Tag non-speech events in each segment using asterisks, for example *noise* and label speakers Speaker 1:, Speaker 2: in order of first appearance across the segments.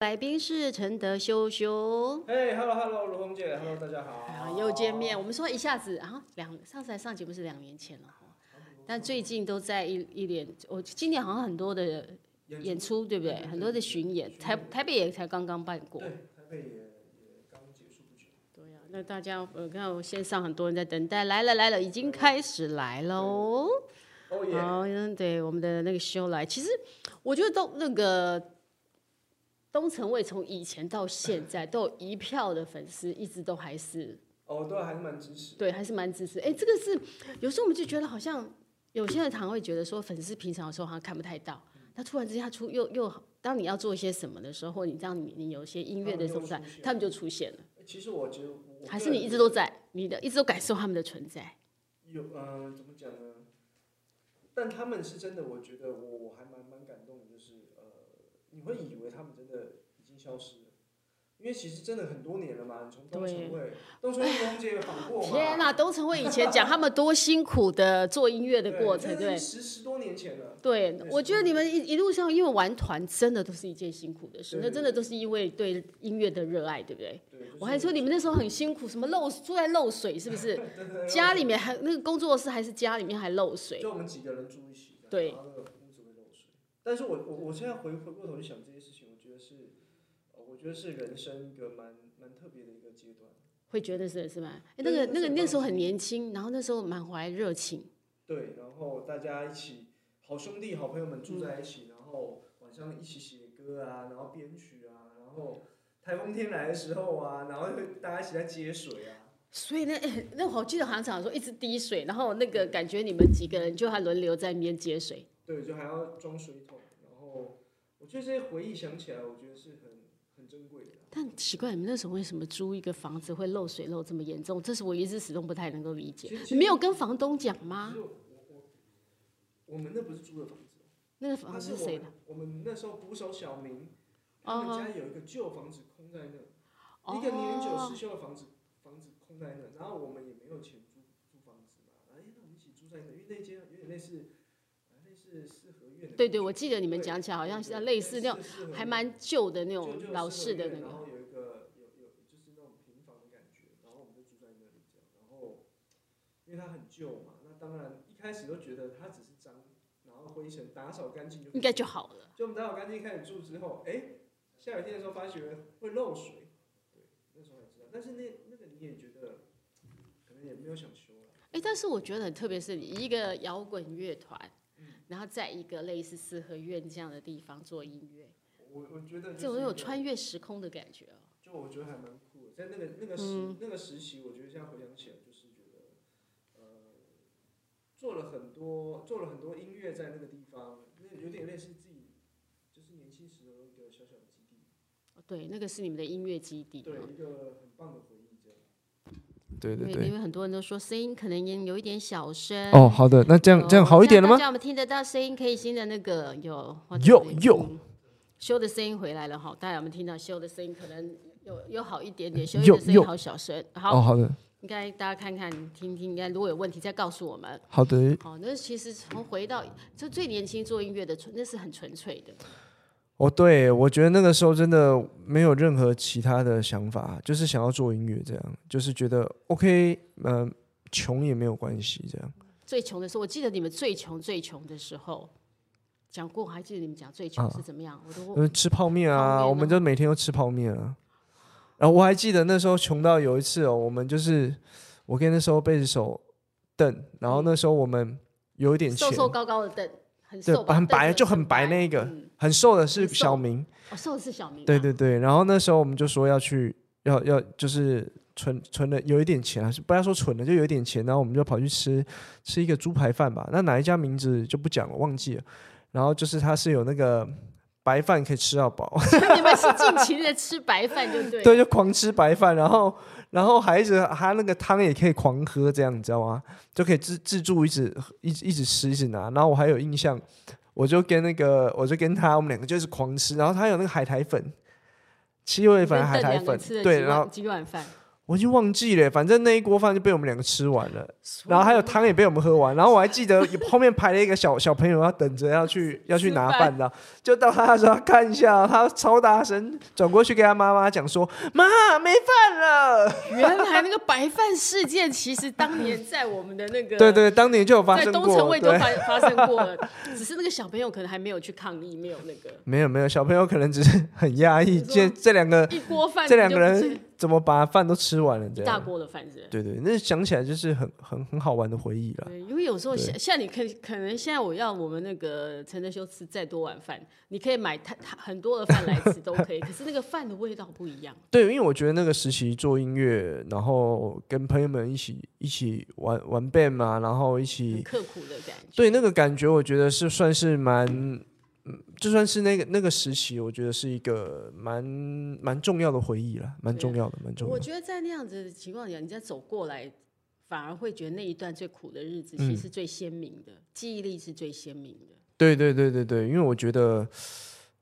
Speaker 1: 来宾是陈德修修。
Speaker 2: 嘿、h e l l o Hello，卢红姐，Hello，大家好。
Speaker 1: 啊，又见面。我们说一下子啊，两上次来上节目是两年前了哈，但最近都在一一连，我今年好像很多的
Speaker 2: 演
Speaker 1: 演出，对不对？很多的巡演，台台北也才刚刚办过。
Speaker 2: 对，台北也也刚结束不久。
Speaker 1: 对呀、那大家呃，看我线上很多人在等待，来了来了，已经开始来了哦。
Speaker 2: 哦耶，
Speaker 1: 好，嗯，对，我们的那个修来，其实我觉得都那个东城卫从以前到现在都有一票的粉丝，一直都还是
Speaker 2: 哦，对，还是蛮支持。
Speaker 1: 对，还是蛮支持。哎，这个是有时候我们就觉得好像有些人常会觉得说，粉丝平常的时候好像看不太到，他突然之间他出又又当你要做一些什么的时候，或你当你你有一些音乐的
Speaker 2: 他
Speaker 1: 状
Speaker 2: 们就
Speaker 1: 态
Speaker 2: 出，现
Speaker 1: 他们就出现了。
Speaker 2: 其实我觉得我
Speaker 1: 还是你一直都在，你的一直都感受他们的存在。
Speaker 2: 有呃，怎么讲呢？但他们是真的，我觉得我我还蛮蛮感动的，就是呃，你会以为他们真的已经消失了，因为其实真的很多年了嘛。你从东
Speaker 1: 对
Speaker 2: 城会，东城会红姐有访过嘛？
Speaker 1: *laughs* 天哪、东城卫以前讲他们多辛苦的做音乐的过程，
Speaker 2: 对那
Speaker 1: 对
Speaker 2: 是。十十多年前了。
Speaker 1: 对
Speaker 2: 对，
Speaker 1: 我觉得你们一一路上，因为玩团真的都是一件辛苦的事，
Speaker 2: 对
Speaker 1: 那真的都是因为对音乐的热爱，对不对？
Speaker 2: 对，就是
Speaker 1: 我还说你们那时候很辛苦，什么漏住在漏水，是
Speaker 2: *laughs*
Speaker 1: 不是？家里面还那个工作室还是家里面还漏水，
Speaker 2: 就我们几个人住一起，
Speaker 1: 对
Speaker 2: 然后那个屋子会漏水。但是我我我现在回回过头去想这些事情，我觉得是，呃我觉得是人生一个蛮蛮特别的一个阶段。
Speaker 1: 会觉得是是吧？哎
Speaker 2: 对
Speaker 1: 那个
Speaker 2: 那
Speaker 1: 那
Speaker 2: 是
Speaker 1: 个
Speaker 2: 很
Speaker 1: 那时候
Speaker 2: 高
Speaker 1: 很
Speaker 2: 兴
Speaker 1: 年轻，然后那时候满怀热情，
Speaker 2: 对，然后大家一起好兄弟、好朋友们住在一起，然后晚上一起写歌啊，然后编曲啊，然后台风天来的时候啊，然后就大家一起在接水啊。
Speaker 1: 所以呢，哎那我记得好像常说一直滴水，然后那个感觉你们几个人就还轮流在那边接水，
Speaker 2: 对，就还要装水桶，然后我觉得这些回忆想起来，我觉得是很很珍贵的啊。
Speaker 1: 但奇怪，你们那时候为什么租一个房子会漏水漏这么严重？这是我一直始终不太能够理
Speaker 2: 其
Speaker 1: 解
Speaker 2: 实。其
Speaker 1: 你
Speaker 2: 实
Speaker 1: 没有跟房东讲
Speaker 2: 其
Speaker 1: 吗？
Speaker 2: 实我我我们那不是租的房子，
Speaker 1: 那个
Speaker 2: 他
Speaker 1: 房
Speaker 2: 是
Speaker 1: 子
Speaker 2: 我
Speaker 1: 是谁
Speaker 2: 们
Speaker 1: 的？
Speaker 2: 我们那时候捕手小明，
Speaker 1: 哦
Speaker 2: 他们家有一个旧房子空在那，一个年久
Speaker 1: 哦
Speaker 2: 失，修的房子，房子空在那，然后我们也没有钱租租房子嘛，哎，那我们一起住在那，因为那间有点类似，呃类似四合院的感觉。
Speaker 1: 对对，我记得你们讲起来好像
Speaker 2: 对
Speaker 1: 是类似那种
Speaker 2: 对四合院
Speaker 1: 还蛮旧的那
Speaker 2: 旧旧
Speaker 1: 种
Speaker 2: 四哦
Speaker 1: 老
Speaker 2: 合
Speaker 1: 式的
Speaker 2: 院
Speaker 1: 那
Speaker 2: 然
Speaker 1: 个。
Speaker 2: 后有一个有有就是那种平房的感觉，然后我们就住在那里这样，然后因为它很旧嘛，那当然一开始都觉得它只是脏，然后灰尘打扫干净就
Speaker 1: 应该就好了，
Speaker 2: 就我们打扫干净开始住之后，哎、下雨天的时候发觉会漏水，对，那时候才知道。但是那那个你也觉得，可能也没有想修了，
Speaker 1: 哎，但是我觉得很特别，是你一个摇滚乐团
Speaker 2: 嗯，
Speaker 1: 然后在一个类似四合院这样的地方做音乐，
Speaker 2: 我我觉得
Speaker 1: 这种
Speaker 2: 是
Speaker 1: 有
Speaker 2: 一个，
Speaker 1: 穿越时空的感觉哦。
Speaker 2: 就我觉得还蛮酷的，在那个那个时、
Speaker 1: 嗯
Speaker 2: 那个时期，我觉得现在回想起来就是觉得，呃，做了很多做了很多音乐在那个地方，那有点类似自己就是年轻时候一个小小的基地，
Speaker 1: 哦对，那个是你们的音乐基地。哦
Speaker 2: 对，一个很棒的回忆这样。
Speaker 3: 对对
Speaker 1: 因为
Speaker 3: 对
Speaker 1: 因。为很多人都说声音可能也有一点小声。
Speaker 3: 哦，好的，那这样
Speaker 1: 哦
Speaker 3: 这样好一点了吗
Speaker 1: 这？样我们听得到声音，可以新的那个有
Speaker 3: 有有。
Speaker 1: 我嗯修的声音回来了哈，大家有没有听到修的声音？可能有有好一点点，修
Speaker 3: 有
Speaker 1: 的声音
Speaker 3: 有
Speaker 1: 好小声。
Speaker 3: 哦，
Speaker 1: 好，
Speaker 3: 好的，
Speaker 1: 应该大家看看听听，应该如果有问题再告诉我们。
Speaker 3: 好的。
Speaker 1: 好，那其实从回到就最年轻做音乐的纯，那是很纯粹的。
Speaker 3: 哦，对，我觉得那个时候真的没有任何其他的想法，就是想要做音乐，这样，就是觉得 OK，嗯、穷也没有关系，这样。
Speaker 1: 最穷的时候，我记得你们最穷最穷的时候讲过，我还记得你们讲最穷
Speaker 3: 啊
Speaker 1: 是怎么样，我都
Speaker 3: 呃，吃泡面
Speaker 1: 泡面
Speaker 3: 啊，
Speaker 1: 呢
Speaker 3: 我们就每天都吃泡面啊。然后我还记得那时候穷到有一次哦，我们就是我跟那时候贝斯手邓，然后那时候我们有一点钱
Speaker 1: 瘦，瘦高高的邓，很
Speaker 3: 对
Speaker 1: 瘦吧，
Speaker 3: 很白
Speaker 1: 邓
Speaker 3: 就很白那个
Speaker 1: 嗯
Speaker 3: 很瘦的是
Speaker 1: 很瘦
Speaker 3: 小明，
Speaker 1: 哦，瘦的是小明、啊，
Speaker 3: 对对对，然后那时候我们就说要去，要要就是存存了有一点钱啊，是不要说存了，就有一点钱，然后我们就跑去吃吃一个猪排饭吧。那哪一家名字就不讲了，忘记了。然后就是它是有那个白饭可以吃到饱，
Speaker 1: *laughs* 你们是尽情的吃白饭，对不对？
Speaker 3: 对，就狂吃白饭，然后然后还一直他那个汤也可以狂喝，这样你知道吗？就可以自自助一直一直一直吃一直拿。然后我还有印象，我就跟那个我就跟他我们两个就是狂吃，然后他有那个海苔粉，七味
Speaker 1: 跟
Speaker 3: 粉
Speaker 1: 邓
Speaker 3: 海苔
Speaker 1: 两个
Speaker 3: 粉
Speaker 1: 吃，了
Speaker 3: 对，
Speaker 1: 几
Speaker 3: 然
Speaker 1: 碗
Speaker 3: 后
Speaker 1: 几碗饭，
Speaker 3: 我已经忘记了，反正那一锅饭就被我们两个吃完了，然后还有
Speaker 1: 所以
Speaker 3: 汤也被我们喝完，然后我还记
Speaker 1: *laughs*
Speaker 3: 得后面排了一个小小朋友要等着要去要去
Speaker 1: 吃
Speaker 3: 拿
Speaker 1: 饭
Speaker 3: 饭的，就到他的时候他看一下，他超大声转过去跟他妈妈讲说：“妈，没饭了。
Speaker 1: 原来那个白饭事件，其实当年在我们的那”个
Speaker 3: 对对，当年就有发
Speaker 1: 在
Speaker 3: 生
Speaker 1: 东城
Speaker 3: 过，
Speaker 1: 卫都
Speaker 3: 对，
Speaker 1: 发发生过了， *laughs* 只是那个小朋友可能还没有去抗议，没有那个
Speaker 3: 没有没有，小朋友可能只是很压抑，
Speaker 1: 说
Speaker 3: 这这两个
Speaker 1: 一锅饭，
Speaker 3: 这两个
Speaker 1: 你就
Speaker 3: 人
Speaker 1: 不
Speaker 3: 怎么把饭都吃完了这
Speaker 1: 是一大
Speaker 3: 样？
Speaker 1: 锅的饭是不是。
Speaker 3: 对啊对，那想起来就是很很很好玩的回忆了。
Speaker 1: 对，因为有时候
Speaker 3: 对
Speaker 1: 像像你可以可能现在我要我们那个陈德修吃再多碗饭，你可以买他他很多的饭来吃都
Speaker 3: *laughs*
Speaker 1: 可以，可是那个饭的味道不一样。
Speaker 3: 对，因为我觉得那个时期做音乐，然后跟朋友们一起一起玩玩 band 嘛，然后一
Speaker 1: 很
Speaker 3: 起
Speaker 1: 刻苦的感觉。
Speaker 3: 对那个感觉，我觉得是算是蛮，嗯就算是那个那个时期，我觉得是一个蛮蛮重要的回忆了，蛮
Speaker 1: 对啊
Speaker 3: 重要的，蛮重要
Speaker 1: 我
Speaker 3: 的。
Speaker 1: 觉得在那样子的情况下，你再走过来，反而会觉得那一段最苦的日子
Speaker 3: 嗯
Speaker 1: 其实是最鲜明的，记忆力是最鲜明的。
Speaker 3: 对对对对对，因为我觉得，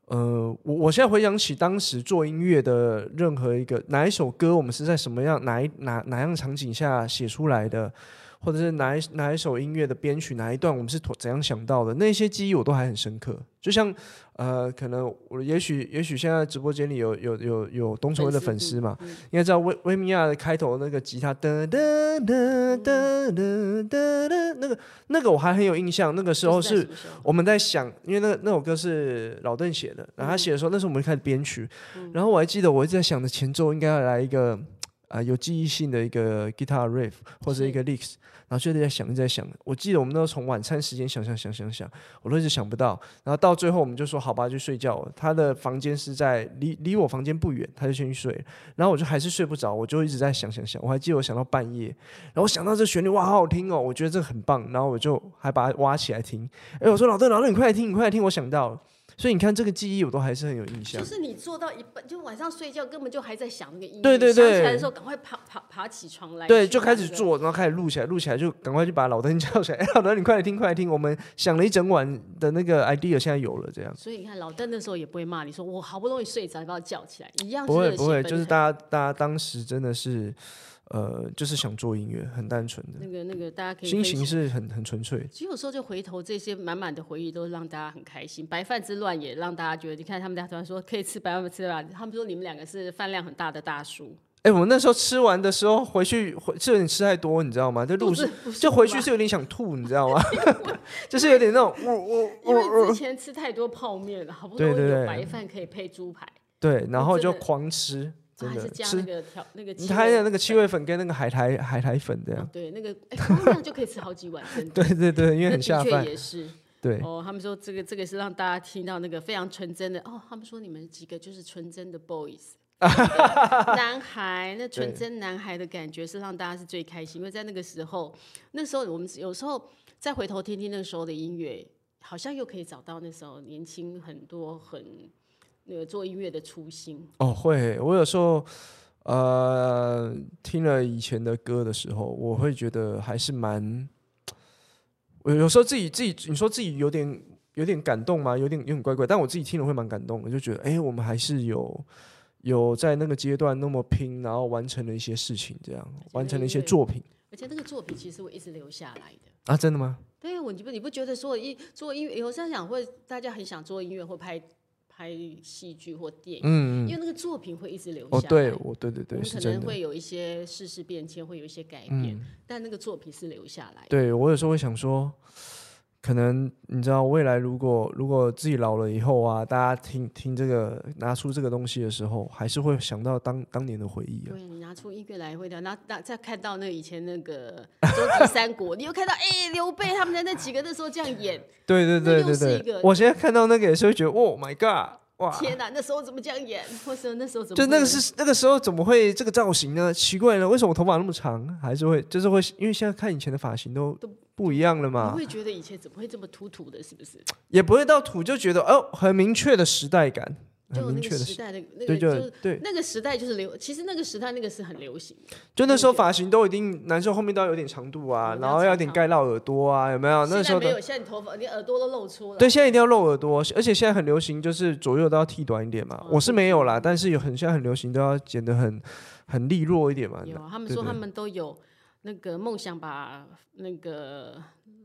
Speaker 3: 呃，我我现在回想起当时做音乐的任何一个哪一首歌，我们是在什么样哪一哪哪样场景下写出来的，或者是哪一哪一首音乐的编曲哪一段，我们是妥怎样想到的，那些记忆我都还很深刻。就像呃，可能我也许也许现在直播间里有有有有东城卫的粉丝嘛，
Speaker 1: 嗯
Speaker 3: 应该知道维维米亚的开头那个吉他噔噔噔噔噔噔，那个那个我还很有印象，那个时候
Speaker 1: 就是
Speaker 3: 是
Speaker 1: 在什么时候
Speaker 3: 我们在想，因为那那首歌是老邓写的，然后他写的时候，那时候我们开始编曲，然后我还记得我一直在想着前奏应该要来一个啊、呃有记忆性的一个 guitar riff 或者一个 licks，然后就一直在想一直在想，我记得我们那时候从晚餐时间想想想想想，我都一直想不到，然后到最后我们就说好吧去睡觉了，他的房间是在离离我房间不远，他就先去睡了，然后我就还是睡不着，我就一直在想想想，我还记得我想到半夜，然后我想到这旋律哇好好听哦，我觉得这很棒，然后我就还把它挖起来听。哎，我说老邓，老邓，你快来听，你快来听，我想到了。所以你看，这个记忆我都还是很有印象
Speaker 1: 就。是你做到一半，就晚上睡觉根本就还在想那个音乐，
Speaker 3: 对对
Speaker 1: 想起
Speaker 3: 对
Speaker 1: 来的时候赶快爬爬爬起床来，
Speaker 3: 对，
Speaker 1: 去
Speaker 3: 就开
Speaker 1: 那
Speaker 3: 始
Speaker 1: 个。
Speaker 3: 做，然后开始录起来，录起来就赶快就把老邓叫起来。哎，老邓，你快来听，快来听！我们想了一整晚的那个 idea，现在有了，这样
Speaker 1: 所以你看老邓那时候也不会骂你说我好不容易睡着，你把我叫起来，一样
Speaker 3: 不会
Speaker 1: 是
Speaker 3: 不
Speaker 1: 兴奋
Speaker 3: 会，就是
Speaker 1: 很
Speaker 3: 大家大家当时真的是，呃，就是想做音乐，很单纯的
Speaker 1: 那个那个大家可以
Speaker 3: 心
Speaker 1: 分
Speaker 3: 情
Speaker 1: 享
Speaker 3: 是很很纯粹。
Speaker 1: 其实有时候就回头，这些满满的回忆都让大家很开心。白饭之乱也让大家觉得，你看他们家突然说可以吃白饭吃白饭，他们说你们两个是饭量很大的大叔，
Speaker 3: 哎，我们那时候吃完的时候回去，回是有点吃太多，你知道吗？就
Speaker 1: 肚
Speaker 3: 路
Speaker 1: 子
Speaker 3: 是
Speaker 1: 不舒服
Speaker 3: 就回去
Speaker 1: 吧
Speaker 3: 是有点想吐，你知
Speaker 1: *laughs*
Speaker 3: 道吗？ *laughs* 就是有点那种呜呜
Speaker 1: 因
Speaker 3: 呜
Speaker 1: 为
Speaker 3: 呜
Speaker 1: 之，前吃太多泡面了，好不
Speaker 3: 哦对
Speaker 1: 容易
Speaker 3: 对
Speaker 1: 有
Speaker 3: 对
Speaker 1: 白饭可以配猪排，
Speaker 3: 对，然后
Speaker 1: 真
Speaker 3: 就
Speaker 1: 的啊
Speaker 3: 狂吃，真
Speaker 1: 还
Speaker 3: 的
Speaker 1: 是加那
Speaker 3: 吃。
Speaker 1: 个调那个
Speaker 3: 你
Speaker 1: 气
Speaker 3: 还有那
Speaker 1: 味，
Speaker 3: 个七味粉跟那个海苔海苔粉这样
Speaker 1: 哦，对，那个哎光那样就可以吃好几碗，真的。
Speaker 3: *laughs* 对对对，因为
Speaker 1: 那
Speaker 3: 很下
Speaker 1: 的嗯确
Speaker 3: 饭。
Speaker 1: 也是
Speaker 3: 对，
Speaker 1: 哦，他们说这个这个是让大家听到那个非常纯真的哦，他们说你们几个就是纯真的 boys，对男孩，那纯真男孩的感觉是让大家是最开心，因为在那个时候，那时候我们有时候再回头听听那时候的音乐，好像又可以找到那时候年轻很多很那个做音乐的初心。
Speaker 3: 哦，会，我有时候呃听了以前的歌的时候，我会觉得还是蛮，我有时候自己自己你说自己有点有点感动嘛，有点有点怪怪，但我自己听了会蛮感动的，就觉得哎，我们还是有。有在那个阶段那么拼，然后完成了一些事情，这样完成了一些
Speaker 1: 音乐
Speaker 3: 作品
Speaker 1: 而且那个作品其实我一直留下来的。
Speaker 3: 啊，真的吗？
Speaker 1: 对，我你不你不觉得说音做音乐，有时候想会大家很想做音乐或拍拍戏剧或电影，
Speaker 3: 嗯，嗯
Speaker 1: 因为那个作品会一直留下来。
Speaker 3: 哦，对，我对对
Speaker 1: 我
Speaker 3: 对，
Speaker 1: 们
Speaker 3: 是
Speaker 1: 可
Speaker 3: 真
Speaker 1: 能
Speaker 3: 的。
Speaker 1: 会有一些世事变迁，会有一些改变，
Speaker 3: 嗯，
Speaker 1: 但那个作品是留下来的。
Speaker 3: 对我有时候会想说，可能你知道，未来如果如果自己老了以后啊，大家听听这个拿出这个东西的时候，还是会想到当当年的回忆啊。
Speaker 1: 对你拿出音乐来会的，拿拿再看到那以前那个《终极三国》，你又看到哎、刘备他们的那几个那时候这样演，
Speaker 3: 对对
Speaker 1: 那
Speaker 3: 对
Speaker 1: 又是
Speaker 3: 对
Speaker 1: 一
Speaker 3: 对
Speaker 1: 个，
Speaker 3: 我现在看到那个也是会觉得，Oh my god，哇！
Speaker 1: 天哪，那时候怎么这样演，或者那时候怎么
Speaker 3: 就那
Speaker 1: 会
Speaker 3: 个
Speaker 1: 有
Speaker 3: 是那个时候怎么会这个造型呢？奇怪呢，为什么我头发那么长？还是会就是会，因为现在看以前的发型都
Speaker 1: 都
Speaker 3: 不一样了嘛
Speaker 1: 你，会觉得以前怎么会这么突突的，是不是？
Speaker 3: 也不会到土就觉得哦，很明确的时代感，很
Speaker 1: 就
Speaker 3: 明
Speaker 1: 那
Speaker 3: 确
Speaker 1: 个
Speaker 3: 的
Speaker 1: 时
Speaker 3: 时，
Speaker 1: 代的那个
Speaker 3: 对
Speaker 1: 就
Speaker 3: 对
Speaker 1: 是
Speaker 3: 对，
Speaker 1: 那个时代就是流，其实那个时代那个是很流行的。
Speaker 3: 就那时
Speaker 1: 我
Speaker 3: 候
Speaker 1: 也觉得
Speaker 3: 发型都一定，男生后面都要有点长度啊，
Speaker 1: 嗯
Speaker 3: 然后要有点
Speaker 1: 要长
Speaker 3: 盖到耳朵啊，有没有？那
Speaker 1: 现
Speaker 3: 时
Speaker 1: 在
Speaker 3: 候
Speaker 1: 没
Speaker 3: 的
Speaker 1: 有，现在你头发、你耳朵都露出了。
Speaker 3: 对，现在一定要露耳朵，而且现在很流行，就是左右都要剃短一点嘛。
Speaker 1: 哦
Speaker 3: 我是没有啦，但是有很现在很流行，都要剪得很很利落一点嘛。
Speaker 1: 有啊，他们
Speaker 3: 对
Speaker 1: 说
Speaker 3: 对
Speaker 1: 他们都有那个梦想把那个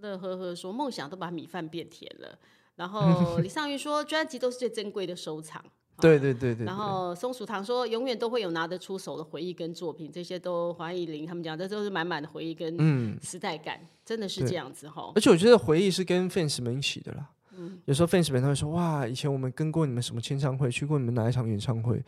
Speaker 1: 乐呵呵说梦想都把米饭变甜了，然
Speaker 3: *laughs*
Speaker 1: 后李尚宇说专辑都是最珍贵的收藏。啊
Speaker 3: 对对对对，
Speaker 1: 然后松鼠堂说，永远都会有拿得出手的回忆跟作品，这些都黄以玲他们讲，这都是满满的回忆跟
Speaker 3: 嗯，
Speaker 1: 时代感，真的是
Speaker 3: 对
Speaker 1: 这样子哈。
Speaker 3: 而且我觉得回忆是跟 fans 们一起的啦。有时候 fans 们他会说：“哇，以前我们跟过你们什么签唱会，去过你们哪一场演唱会。”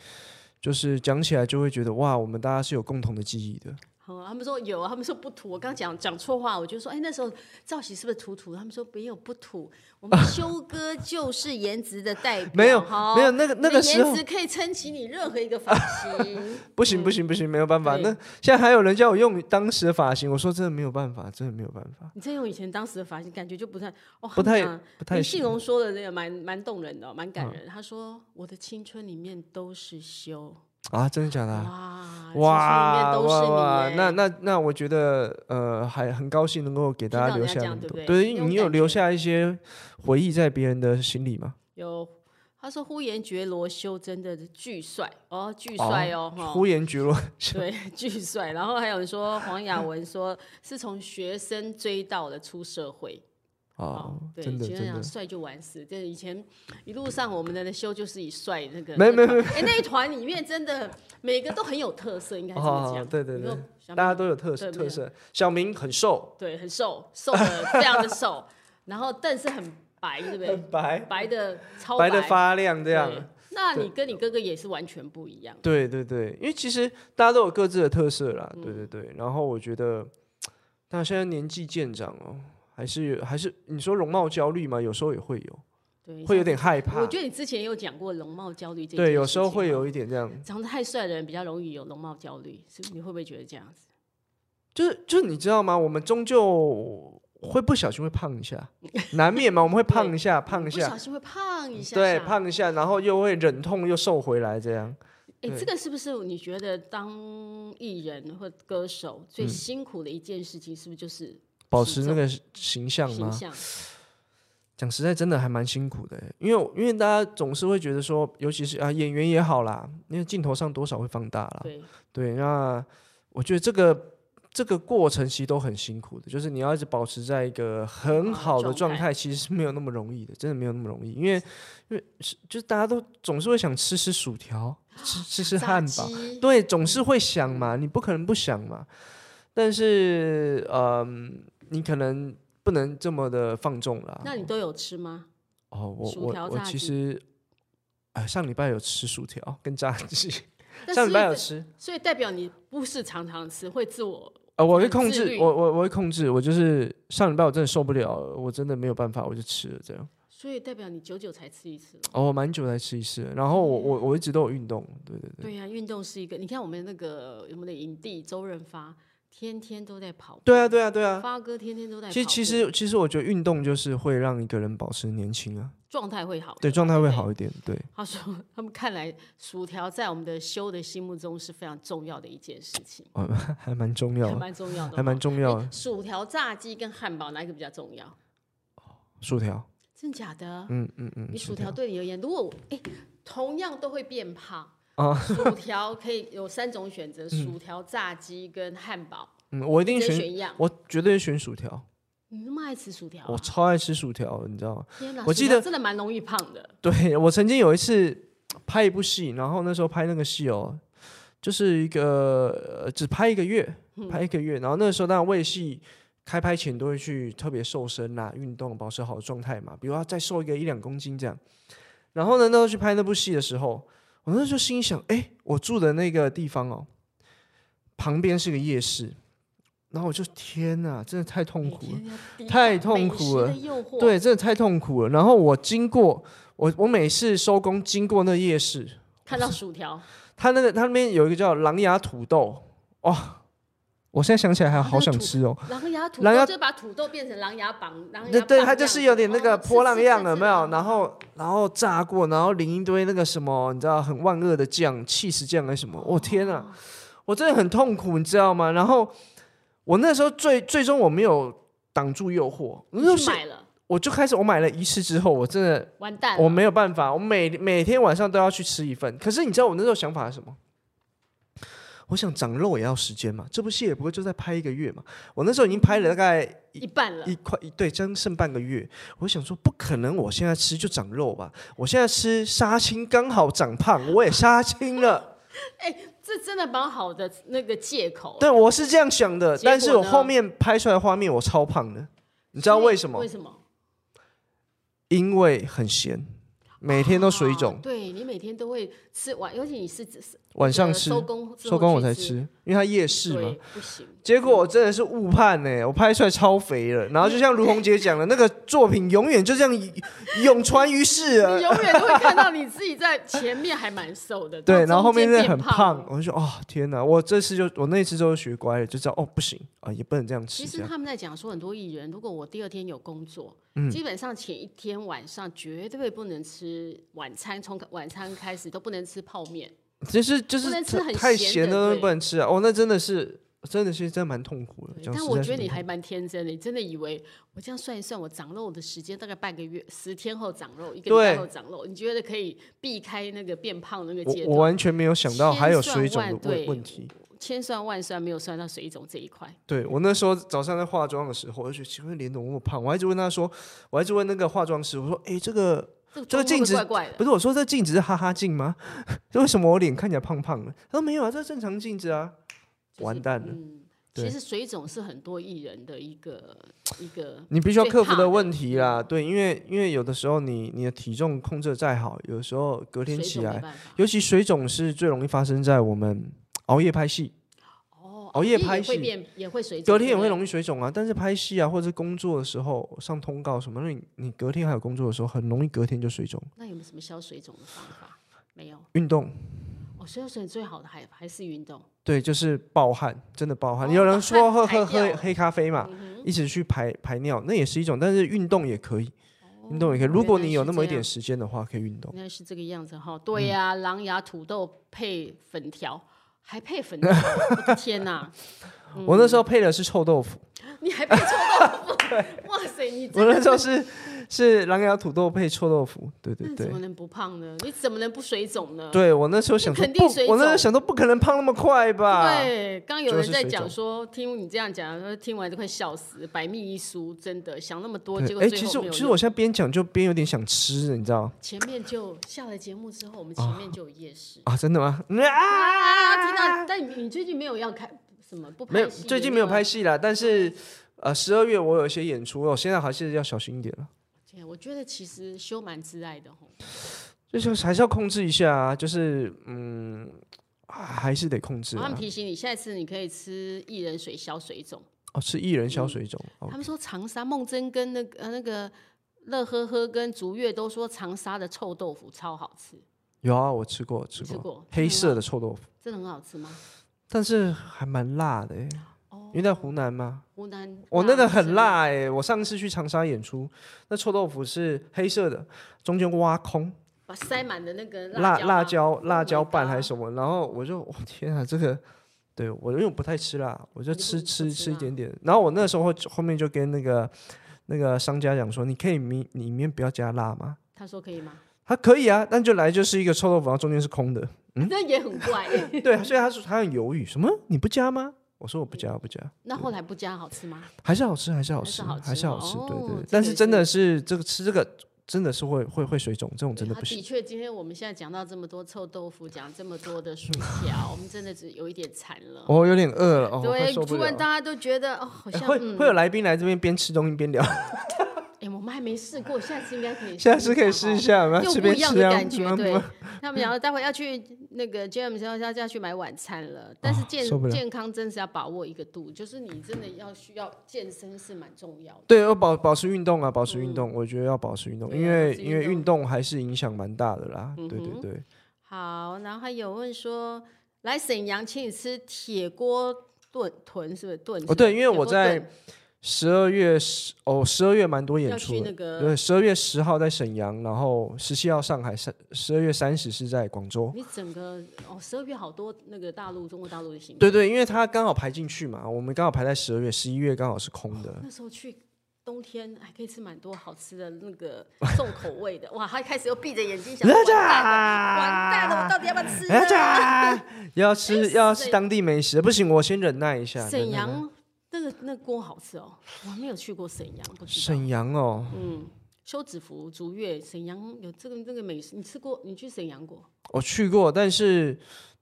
Speaker 3: 就是讲起来就会觉得哇，我们大家是有共同的记忆的。
Speaker 1: 哦，他们说有啊，他们说不土。我刚讲讲错话，我就说，哎，那时候造型是不是土土？他们说没有不土，我们 *laughs* 修哥就是颜值的代表，
Speaker 3: 没有
Speaker 1: 哈
Speaker 3: 没有，那个那个
Speaker 1: 你的
Speaker 3: 时候
Speaker 1: 颜值可以撑起你任何一个发
Speaker 3: *laughs*
Speaker 1: 型。
Speaker 3: 不行不行不行，没有办法。
Speaker 1: 嗯对
Speaker 3: 那现在还有人叫我用当时的发型，我说真的没有办法，真的没有办法，
Speaker 1: 你再用以前当时的发型，感觉就不太哦，
Speaker 3: 不太
Speaker 1: 他们讲
Speaker 3: 不太
Speaker 1: 林
Speaker 3: 行嗯
Speaker 1: 信。荣说的那个蛮蛮动人的哦、蛮感人。他说：“我的青春里面都是修，
Speaker 3: 啊，真的假的啊、
Speaker 1: 哇，
Speaker 3: 哇
Speaker 1: 青春里面都是你
Speaker 3: 哇哇！
Speaker 1: 耶。
Speaker 3: 那那那，我觉得呃，还很高兴能够给
Speaker 1: 听
Speaker 3: 大家
Speaker 1: 到
Speaker 3: 留
Speaker 1: 人
Speaker 3: 下
Speaker 1: 家这
Speaker 3: 那
Speaker 1: 样
Speaker 3: 么
Speaker 1: 对不
Speaker 3: 多，
Speaker 1: 对
Speaker 3: 对
Speaker 1: 那种
Speaker 3: 你有
Speaker 1: 感
Speaker 3: 留
Speaker 1: 觉
Speaker 3: 下一些回忆在别人的心里吗？
Speaker 1: 有。”他说：“呼延觉罗修真的是巨帅哦，巨帅哦，哈、
Speaker 3: 呼延觉罗，
Speaker 1: 对， *laughs* 巨帅。然后还有人说黄雅文说是从学生追到了出社会，
Speaker 3: 哦，
Speaker 1: 对，
Speaker 3: 真的
Speaker 1: 觉得
Speaker 3: 真的
Speaker 1: 讲，帅就完事。这以前一路上我们的修就是以帅那个，
Speaker 3: 没没
Speaker 1: 没，哎、那一团里面真的每个都很有特色，应该这么
Speaker 3: 哦
Speaker 1: 讲、，
Speaker 3: 对对
Speaker 1: 你说
Speaker 3: 对，
Speaker 1: 小
Speaker 3: 大家
Speaker 1: 明
Speaker 3: 都有特
Speaker 1: 对
Speaker 3: 色
Speaker 1: 没
Speaker 3: 特
Speaker 1: 有
Speaker 3: 色。小明很瘦，
Speaker 1: 对很瘦，瘦
Speaker 3: *laughs*
Speaker 1: 的非常的瘦，然后但是很白，对不
Speaker 3: 很
Speaker 1: 对？
Speaker 3: 白，
Speaker 1: 白的超
Speaker 3: 白的发亮这样。
Speaker 1: 对那
Speaker 3: 对
Speaker 1: 你跟你哥哥也是完全不一样，
Speaker 3: 对对对，因为其实大家都有各自的特色啦，对
Speaker 1: 嗯
Speaker 3: 对对。然后我觉得，但现在年纪渐长哦，还是还是你说容貌焦虑嘛，有时候也会有，
Speaker 1: 对，
Speaker 3: 会有
Speaker 1: 像
Speaker 3: 点害怕
Speaker 1: 我。觉得你之前也有讲过容貌焦虑这件
Speaker 3: 对，有时候
Speaker 1: 事情
Speaker 3: 会
Speaker 1: 哦
Speaker 3: 有一点这样，
Speaker 1: 长得太帅的人比较容易有容貌焦虑，是不是？你会不会觉得这样子？
Speaker 3: 就是就是你知道吗？我们终究会不小心会胖
Speaker 1: *laughs*
Speaker 3: 一下，难免嘛，我们会胖一下，胖一
Speaker 1: 不
Speaker 3: 下
Speaker 1: 小，心会胖一下，
Speaker 3: 对，。胖一下，然后又会忍痛又瘦回来这样。
Speaker 1: 哎，
Speaker 3: 对
Speaker 1: 这个是不是你觉得当艺人或歌手
Speaker 3: 嗯
Speaker 1: 最辛苦的一件事情，是不是就是
Speaker 3: 保
Speaker 1: 体
Speaker 3: 持那
Speaker 1: 重
Speaker 3: 个形象
Speaker 1: 形
Speaker 3: 吗？啊
Speaker 1: 象？
Speaker 3: 讲实在，真的还蛮辛苦的欸，因为我因为大家总是会觉得说，尤其是啊演员也好啦，因为镜头上多少会放大啦。
Speaker 1: 对，
Speaker 3: 对，那我觉得这个这个过程其实都很辛苦的，就是你要一直保持在一个很好
Speaker 1: 好的
Speaker 3: 的
Speaker 1: 啊状
Speaker 3: 状态，其实是没有那么容易的，真的没有那么容易，因为因为是就是大家都总是会想吃吃
Speaker 1: *laughs*
Speaker 3: 薯条，吃吃吃
Speaker 1: 炸
Speaker 3: 汉堡，
Speaker 1: 鸡嗯
Speaker 3: 对，总是会想嘛，你不可能不想嘛。但是，嗯、你可能不能这么的放纵啦。
Speaker 1: 那你都有吃吗？
Speaker 3: 哦，我
Speaker 1: 薯条
Speaker 3: 我我
Speaker 1: 炸
Speaker 3: 其
Speaker 1: 鸡
Speaker 3: 实，哎，上礼拜有吃薯条跟炸鸡，
Speaker 1: *laughs* 但所
Speaker 3: 上礼
Speaker 1: 以
Speaker 3: 拜有
Speaker 1: 代，
Speaker 3: 吃。
Speaker 1: 所以代表你不是常常吃，会自我
Speaker 3: 呃，我会
Speaker 1: 很
Speaker 3: 控
Speaker 1: 自
Speaker 3: 制
Speaker 1: 律，
Speaker 3: 我我我会控制，我就是上礼拜我真的受不了了，我真的没有办法，我就吃了这样。
Speaker 1: 所以代表你久久才吃一次了。
Speaker 3: 哦，我蛮久才吃一次，然后我
Speaker 1: 嗯
Speaker 3: 我我一直都有运动，对对对。
Speaker 1: 对呀、啊运动是一个。你看我们那个我们的影帝周润发，天天都在跑步。
Speaker 3: 对啊，对啊，对啊。
Speaker 1: 发哥天天都在跑步。
Speaker 3: 其实其实其实我觉得运动就是会让一个人保持年轻啊，
Speaker 1: 状态会好的，
Speaker 3: 对，状态
Speaker 1: 不
Speaker 3: 会
Speaker 1: 对
Speaker 3: 好一点，对。 *laughs*
Speaker 1: 他说，他们看来薯条在我们的修的心目中是非常重要的一件事情，
Speaker 3: 哦，还蛮重要
Speaker 1: 还
Speaker 3: 的，
Speaker 1: 蛮重要的哦，
Speaker 3: 还蛮重要
Speaker 1: 哎
Speaker 3: 的。
Speaker 1: 薯条、炸鸡跟汉堡哪一个比较重要？
Speaker 3: 薯条，
Speaker 1: 真假的？
Speaker 3: 嗯嗯嗯，
Speaker 1: 你薯条对你而言，如果我哎、同样都会变胖
Speaker 3: *laughs* 啊
Speaker 1: 薯条可以有三种选择：薯条、炸鸡跟汉堡，
Speaker 3: 嗯，我嗯一定
Speaker 1: 你只能
Speaker 3: 选，
Speaker 1: 选一样。哦
Speaker 3: 我绝对选薯条，
Speaker 1: 你那么爱吃薯条、啊，
Speaker 3: 我超爱吃薯条的，你知道吗？
Speaker 1: 天哪！薯
Speaker 3: 我记
Speaker 1: 条
Speaker 3: 得
Speaker 1: 真的蛮容易胖的，
Speaker 3: 对我曾经有一次拍一部戏，然后那时候拍那个戏哦，就是一个、呃只拍一个月，拍一个月，然后那时候当然为戏。开拍前都会去特别瘦身啦、运动，保持好的状态嘛。比如要再瘦一个一两公斤这样。然后呢，那时候去拍那部戏的时候，我那时候心里想，哎，我住的那个地方哦，旁边是个夜市，然后我就天哪，真的太痛苦了。
Speaker 1: 天哪抵
Speaker 3: 嗯太
Speaker 1: 挡
Speaker 3: 痛
Speaker 1: 美
Speaker 3: 苦
Speaker 1: 食
Speaker 3: 了
Speaker 1: 的诱惑，
Speaker 3: 对，真的太痛苦了。然后我经过，我我每次收工经过那夜市，
Speaker 1: 看到薯
Speaker 3: *laughs*
Speaker 1: 条，
Speaker 3: 它那个它那边有一个叫狼牙土豆，哇！我现在想起来还好想吃哦。
Speaker 1: 狼牙土
Speaker 3: 狼
Speaker 1: 豆
Speaker 3: 牙
Speaker 1: 就把土豆变成狼牙棒，狼牙
Speaker 3: 对对，
Speaker 1: 棒
Speaker 3: 它
Speaker 1: 这
Speaker 3: 就
Speaker 1: 样
Speaker 3: 是
Speaker 1: 子
Speaker 3: 有点那个
Speaker 1: 哦
Speaker 3: 波浪
Speaker 1: 是是
Speaker 3: 样，
Speaker 1: 是
Speaker 3: 有
Speaker 1: 是
Speaker 3: 没有？
Speaker 1: 嗯
Speaker 3: 然后然后炸过，然后淋一堆那个什么，你知道很万恶的酱，气死酱还是什么？我、天啊！
Speaker 1: 哦
Speaker 3: 我真的很痛苦，你知道吗？然后我那时候最最终我没有挡住诱惑，我
Speaker 1: 你
Speaker 3: 就
Speaker 1: 去
Speaker 3: 是
Speaker 1: 买了，
Speaker 3: 我就开始我买了一次之后，我真的
Speaker 1: 完蛋了，
Speaker 3: 我没有办法，我每每天晚上都要去吃一份。可是你知道我那时候想法是什么？我想长肉也要时间嘛，这部戏也不会就在拍一个月嘛。我那时候已经拍了大概
Speaker 1: 一半了
Speaker 3: 一，块一对，将近剩半个月。我想说，不可能，我现在吃就长肉吧。我现在吃杀青，刚好长胖，我也杀
Speaker 1: *laughs*
Speaker 3: 青了。
Speaker 1: 这真的蛮好的那个借口。
Speaker 3: 对，我是这样想的。
Speaker 1: 结果
Speaker 3: 但是我
Speaker 1: 呢
Speaker 3: 后面拍出来的画面，我超胖的，你知道
Speaker 1: 所以
Speaker 3: 为什么
Speaker 1: 为？什么？
Speaker 3: 因为很咸，每天都水肿
Speaker 1: 啊，对你每天都会吃完，尤其你是
Speaker 3: 晚上
Speaker 1: 呃
Speaker 3: 吃，
Speaker 1: 收工之后
Speaker 3: 收工我
Speaker 1: 去
Speaker 3: 才吃，因为它夜市嘛
Speaker 1: 对。，不行。
Speaker 3: 结果我真的是误判呢、我拍出来超肥了。然后就像卢红姐讲的，那个作品永远就这样永传于世
Speaker 1: 你
Speaker 3: 了。
Speaker 1: 永远都会看到你自己在前面还蛮瘦
Speaker 3: *laughs*
Speaker 1: 的，
Speaker 3: 对，
Speaker 1: 到
Speaker 3: 然后后
Speaker 1: 中间
Speaker 3: 面真的
Speaker 1: 变
Speaker 3: 很
Speaker 1: 胖
Speaker 3: 胖
Speaker 1: 了。，
Speaker 3: 我就说哦天哪！我这次就我那次就学乖了，就知道哦不行啊，也不能这样吃
Speaker 1: 其
Speaker 3: 这
Speaker 1: 实
Speaker 3: 样。
Speaker 1: 他们在讲说，很多艺人，如果我第二天有工作，
Speaker 3: 嗯
Speaker 1: 基本上前一天晚上绝对不能吃晚餐，从晚餐开始都不能吃泡面。
Speaker 3: 其实就是
Speaker 1: 不能吃
Speaker 3: 太
Speaker 1: 很
Speaker 3: 太
Speaker 1: 咸
Speaker 3: 咸
Speaker 1: 的
Speaker 3: 的东西
Speaker 1: 对
Speaker 3: 不能吃啊！哦，那真的是真的是真的蛮痛苦的
Speaker 1: 对。
Speaker 3: 讲
Speaker 1: 但
Speaker 3: 实
Speaker 1: 我
Speaker 3: 在
Speaker 1: 觉
Speaker 3: 是
Speaker 1: 得你
Speaker 3: 蛮
Speaker 1: 还蛮天真的，你真的以为我这样算一算，我长肉的时间大概半个月，十天后长肉，一个礼
Speaker 3: 对
Speaker 1: 拜后长肉，你觉得可以避开那个变胖的那个阶
Speaker 3: 痛苦我我
Speaker 1: 段？
Speaker 3: 完全没有想到还有水肿
Speaker 1: 千
Speaker 3: 的
Speaker 1: 算万
Speaker 3: 问
Speaker 1: 对
Speaker 3: 问题。
Speaker 1: 千算万算没有算到水肿这一块。
Speaker 3: 对我那时候早上在化妆的时候，我就觉得奇怪，脸怎么那么胖？我还一直问他说，我还一直问那个化妆师，我说：“哎，这个
Speaker 1: 这个妆会
Speaker 3: 这个
Speaker 1: 不
Speaker 3: 镜
Speaker 1: 会
Speaker 3: 子
Speaker 1: 怪怪的，
Speaker 3: 不是我说这镜子是哈哈镜吗？ *laughs* 为什么我脸看起来胖胖的？”他说：“没有啊，这正常镜子啊。”
Speaker 1: 就是
Speaker 3: 完蛋了，
Speaker 1: 嗯，
Speaker 3: 对
Speaker 1: 其实水肿是很多艺人的一个一个
Speaker 3: 你必须要
Speaker 1: 最
Speaker 3: 克服
Speaker 1: 怕
Speaker 3: 的
Speaker 1: 的
Speaker 3: 问题啦，对，因为因为有的时候你你的体重控制的再好，有的时候隔
Speaker 1: 水
Speaker 3: 天起
Speaker 1: 肿没
Speaker 3: 来，
Speaker 1: 办法。哦
Speaker 3: 尤其水肿是最容易发生在我们熬夜拍戏，
Speaker 1: 哦，
Speaker 3: 熬夜
Speaker 1: 也
Speaker 3: 拍
Speaker 1: 会
Speaker 3: 戏
Speaker 1: 变，也会水肿，
Speaker 3: 隔天也
Speaker 1: 对不
Speaker 3: 会
Speaker 1: 对
Speaker 3: 容易水肿啊。但是拍戏啊，或者是工作的时候上通告什么，那你你隔天还有工作的时候，很容易隔天就水肿。
Speaker 1: 那有没有什么消水肿的方法？没有。
Speaker 3: 运动，
Speaker 1: 哦，消水肿最好的还还是运动。
Speaker 3: 对，就是暴汗，真的暴汗。
Speaker 1: 哦
Speaker 3: 有人说喝
Speaker 1: 把汗
Speaker 3: 喝
Speaker 1: 排嗯
Speaker 3: 喝
Speaker 1: 掉
Speaker 3: 黑咖啡嘛，一直去排排尿，那也是一种，但是运动也可以，
Speaker 1: 哦
Speaker 3: 运动也可以。如果你有那么一点时间的话，可以运动。
Speaker 1: 原来是这个样子哈。对呀、
Speaker 3: 嗯
Speaker 1: 狼牙土豆配粉条，还配粉条，我的天哪！嗯
Speaker 3: 我那时候配的是臭豆腐，
Speaker 1: 你还配臭豆腐？哇塞，你
Speaker 3: 我
Speaker 1: 真
Speaker 3: 那
Speaker 1: 的
Speaker 3: 时候是是狼牙土豆配臭豆腐，对对
Speaker 1: 那
Speaker 3: 对
Speaker 1: 怎么。能不胖呢？你怎么能不水肿呢？
Speaker 3: 对我那时候想说
Speaker 1: 肯
Speaker 3: 不
Speaker 1: 定水，
Speaker 3: 我那时候
Speaker 1: 肿
Speaker 3: 想说不可能胖那么快吧？
Speaker 1: 对，刚有
Speaker 3: 啊就
Speaker 1: 人
Speaker 3: 是
Speaker 1: 在
Speaker 3: 水
Speaker 1: 讲
Speaker 3: 肿
Speaker 1: 说，听你这样讲，说听完都快笑死，百密一疏，真的想那么多，结
Speaker 3: 对，
Speaker 1: 果
Speaker 3: 哎，
Speaker 1: 最
Speaker 3: 其
Speaker 1: 后
Speaker 3: 实
Speaker 1: 没有
Speaker 3: 其实
Speaker 1: 用
Speaker 3: 我现在边讲就边有点想吃了，你知道
Speaker 1: 前面就下了节目之后，我们前面就有夜市
Speaker 3: 啊？真的吗？嗯啊，
Speaker 1: 啊，听到，但你你最近没有要开什么不拍
Speaker 3: 没有，
Speaker 1: 戏啊
Speaker 3: 最
Speaker 1: 也
Speaker 3: 近没有
Speaker 1: 要
Speaker 3: 拍戏啦，但是
Speaker 1: 嗯
Speaker 3: 呃，十二月我有一些演出，哦我现在还是要小心一点了。
Speaker 1: 对我觉得其实修蛮自爱的吼，
Speaker 3: 就是还是要控制一下啊，就是嗯，啊还是得控制
Speaker 1: 我他
Speaker 3: 啊
Speaker 1: 们。提醒你，下次你可以吃薏仁水消水肿。
Speaker 3: 哦，吃薏仁消水肿，哦
Speaker 1: 他们说长沙梦真跟那个、呃、那个乐呵呵跟竹月都说长沙的臭豆腐超好吃，
Speaker 3: 有啊，我吃过，吃
Speaker 1: 你吃过
Speaker 3: 黑色
Speaker 1: 的，
Speaker 3: 的臭豆腐，
Speaker 1: 真的很好吃吗？
Speaker 3: 但是还蛮辣的、欸，因为在湖南
Speaker 1: 哦
Speaker 3: 嘛。
Speaker 1: 湖南
Speaker 3: 我那个很
Speaker 1: 辣
Speaker 3: 辣哎、我上次去长沙演出，那臭豆腐是黑色的，中间挖空，
Speaker 1: 是，把塞满的那个
Speaker 3: 辣
Speaker 1: 辣
Speaker 3: 辣椒辣椒瓣还是
Speaker 1: 是
Speaker 3: 什么，然后我就我天啊，这个对我因为我不太吃辣，我就
Speaker 1: 你不
Speaker 3: 吃
Speaker 1: 你不
Speaker 3: 吃
Speaker 1: 吃
Speaker 3: 吃一
Speaker 1: 辣嗯
Speaker 3: 点点。然后我那时候后面就跟那个那个商家讲说，你可以里里面不要加辣吗？
Speaker 1: 他说可以吗？
Speaker 3: 他可以啊，但就来就是一个臭豆腐，然后中间是
Speaker 1: *laughs*
Speaker 3: 空的。
Speaker 1: 那也很怪 *laughs* 耶。
Speaker 3: 对，啊所以他说他很犹豫，什么你不加吗？我说我不加，我不加，
Speaker 1: 那后来不加好吃吗？
Speaker 3: 还是好吃，还是好
Speaker 1: 还是
Speaker 3: 吃，
Speaker 1: 好
Speaker 3: 还
Speaker 1: 吃
Speaker 3: 是
Speaker 1: 嘛
Speaker 3: 好吃。对
Speaker 1: 哦
Speaker 3: 对，
Speaker 1: 这
Speaker 3: 但
Speaker 1: 个
Speaker 3: 是
Speaker 1: 也是
Speaker 3: 真的是这个吃这个真的是会会会水肿，这种真的
Speaker 1: 他
Speaker 3: 不行
Speaker 1: 啊的。确，今天我们现在讲到这么多臭豆腐，讲这么多的薯条，我们真的是有一点馋了。
Speaker 3: 我、有点饿了，哦，我快
Speaker 1: 对，
Speaker 3: 受不
Speaker 1: 突
Speaker 3: 了
Speaker 1: 然大家
Speaker 3: 了。
Speaker 1: 都觉得哦，好
Speaker 3: 哎
Speaker 1: 像、
Speaker 3: 会
Speaker 1: 嗯，
Speaker 3: 会有来宾来这边边吃东西边聊，
Speaker 1: 哎、我们还没试过，下次应该可以，
Speaker 3: 下次可以试一，下，我们要
Speaker 1: 又
Speaker 3: 吃
Speaker 1: 不
Speaker 3: 边
Speaker 1: 一样
Speaker 3: 吃
Speaker 1: 的
Speaker 3: 啊。
Speaker 1: 感觉。
Speaker 3: 嗯
Speaker 1: 对，他们讲说待会要去那个 James 要要要去买晚餐了，但是
Speaker 3: 哦
Speaker 1: 健、
Speaker 3: 受不了
Speaker 1: 健康真是要把握一个度，就是你真的要需要健身是蛮重要的。
Speaker 3: *laughs* 对，要保保持运动啊，保持运动，我觉得要保持运动，
Speaker 1: 嗯对
Speaker 3: 因
Speaker 1: 要
Speaker 3: 为
Speaker 1: 保持
Speaker 3: 因为
Speaker 1: 运动
Speaker 3: 运动还是影响蛮大的啦。对
Speaker 1: 嗯
Speaker 3: 对
Speaker 1: 哼
Speaker 3: 对，
Speaker 1: 好，然后还有问说，来沈阳请你吃铁锅炖豚是不是炖？是不是
Speaker 3: 哦对因为
Speaker 1: 铁
Speaker 3: 我
Speaker 1: 锅
Speaker 3: 在
Speaker 1: 炖
Speaker 3: 十二月十哦，十二月蛮多演
Speaker 1: 要
Speaker 3: 出
Speaker 1: 去那
Speaker 3: 的。
Speaker 1: 个，
Speaker 3: 对，十二月十号在沈阳，然后十七号上海，三十二月三十是在广州。
Speaker 1: 你整个哦，十二月好多那个大陆中国大陆的行程，
Speaker 3: 对对，因为它刚好排进去嘛，我们刚好排在十二月，十一月刚好是空的。
Speaker 1: 那时候去冬天还可以吃蛮多好吃的那
Speaker 3: *laughs*
Speaker 1: 个重口味的，哇！他一开始又闭着眼睛想，
Speaker 3: 哪
Speaker 1: *laughs* 完
Speaker 3: 吒
Speaker 1: 蛋了，完蛋了，我到底要不要吃
Speaker 3: 哎
Speaker 1: 呢？
Speaker 3: 呀，要吃要吃
Speaker 1: 哎沈
Speaker 3: 当地美食，不行，我先忍耐一下。忍
Speaker 1: 沈
Speaker 3: 耐忍耐
Speaker 1: 阳那个那锅好吃哦，我还没有去过沈阳，不知道。
Speaker 3: 沈阳哦，
Speaker 1: 嗯，休止符、竹月，沈阳有这个这个美食，你吃过？你去沈阳过？
Speaker 3: 我去过，但是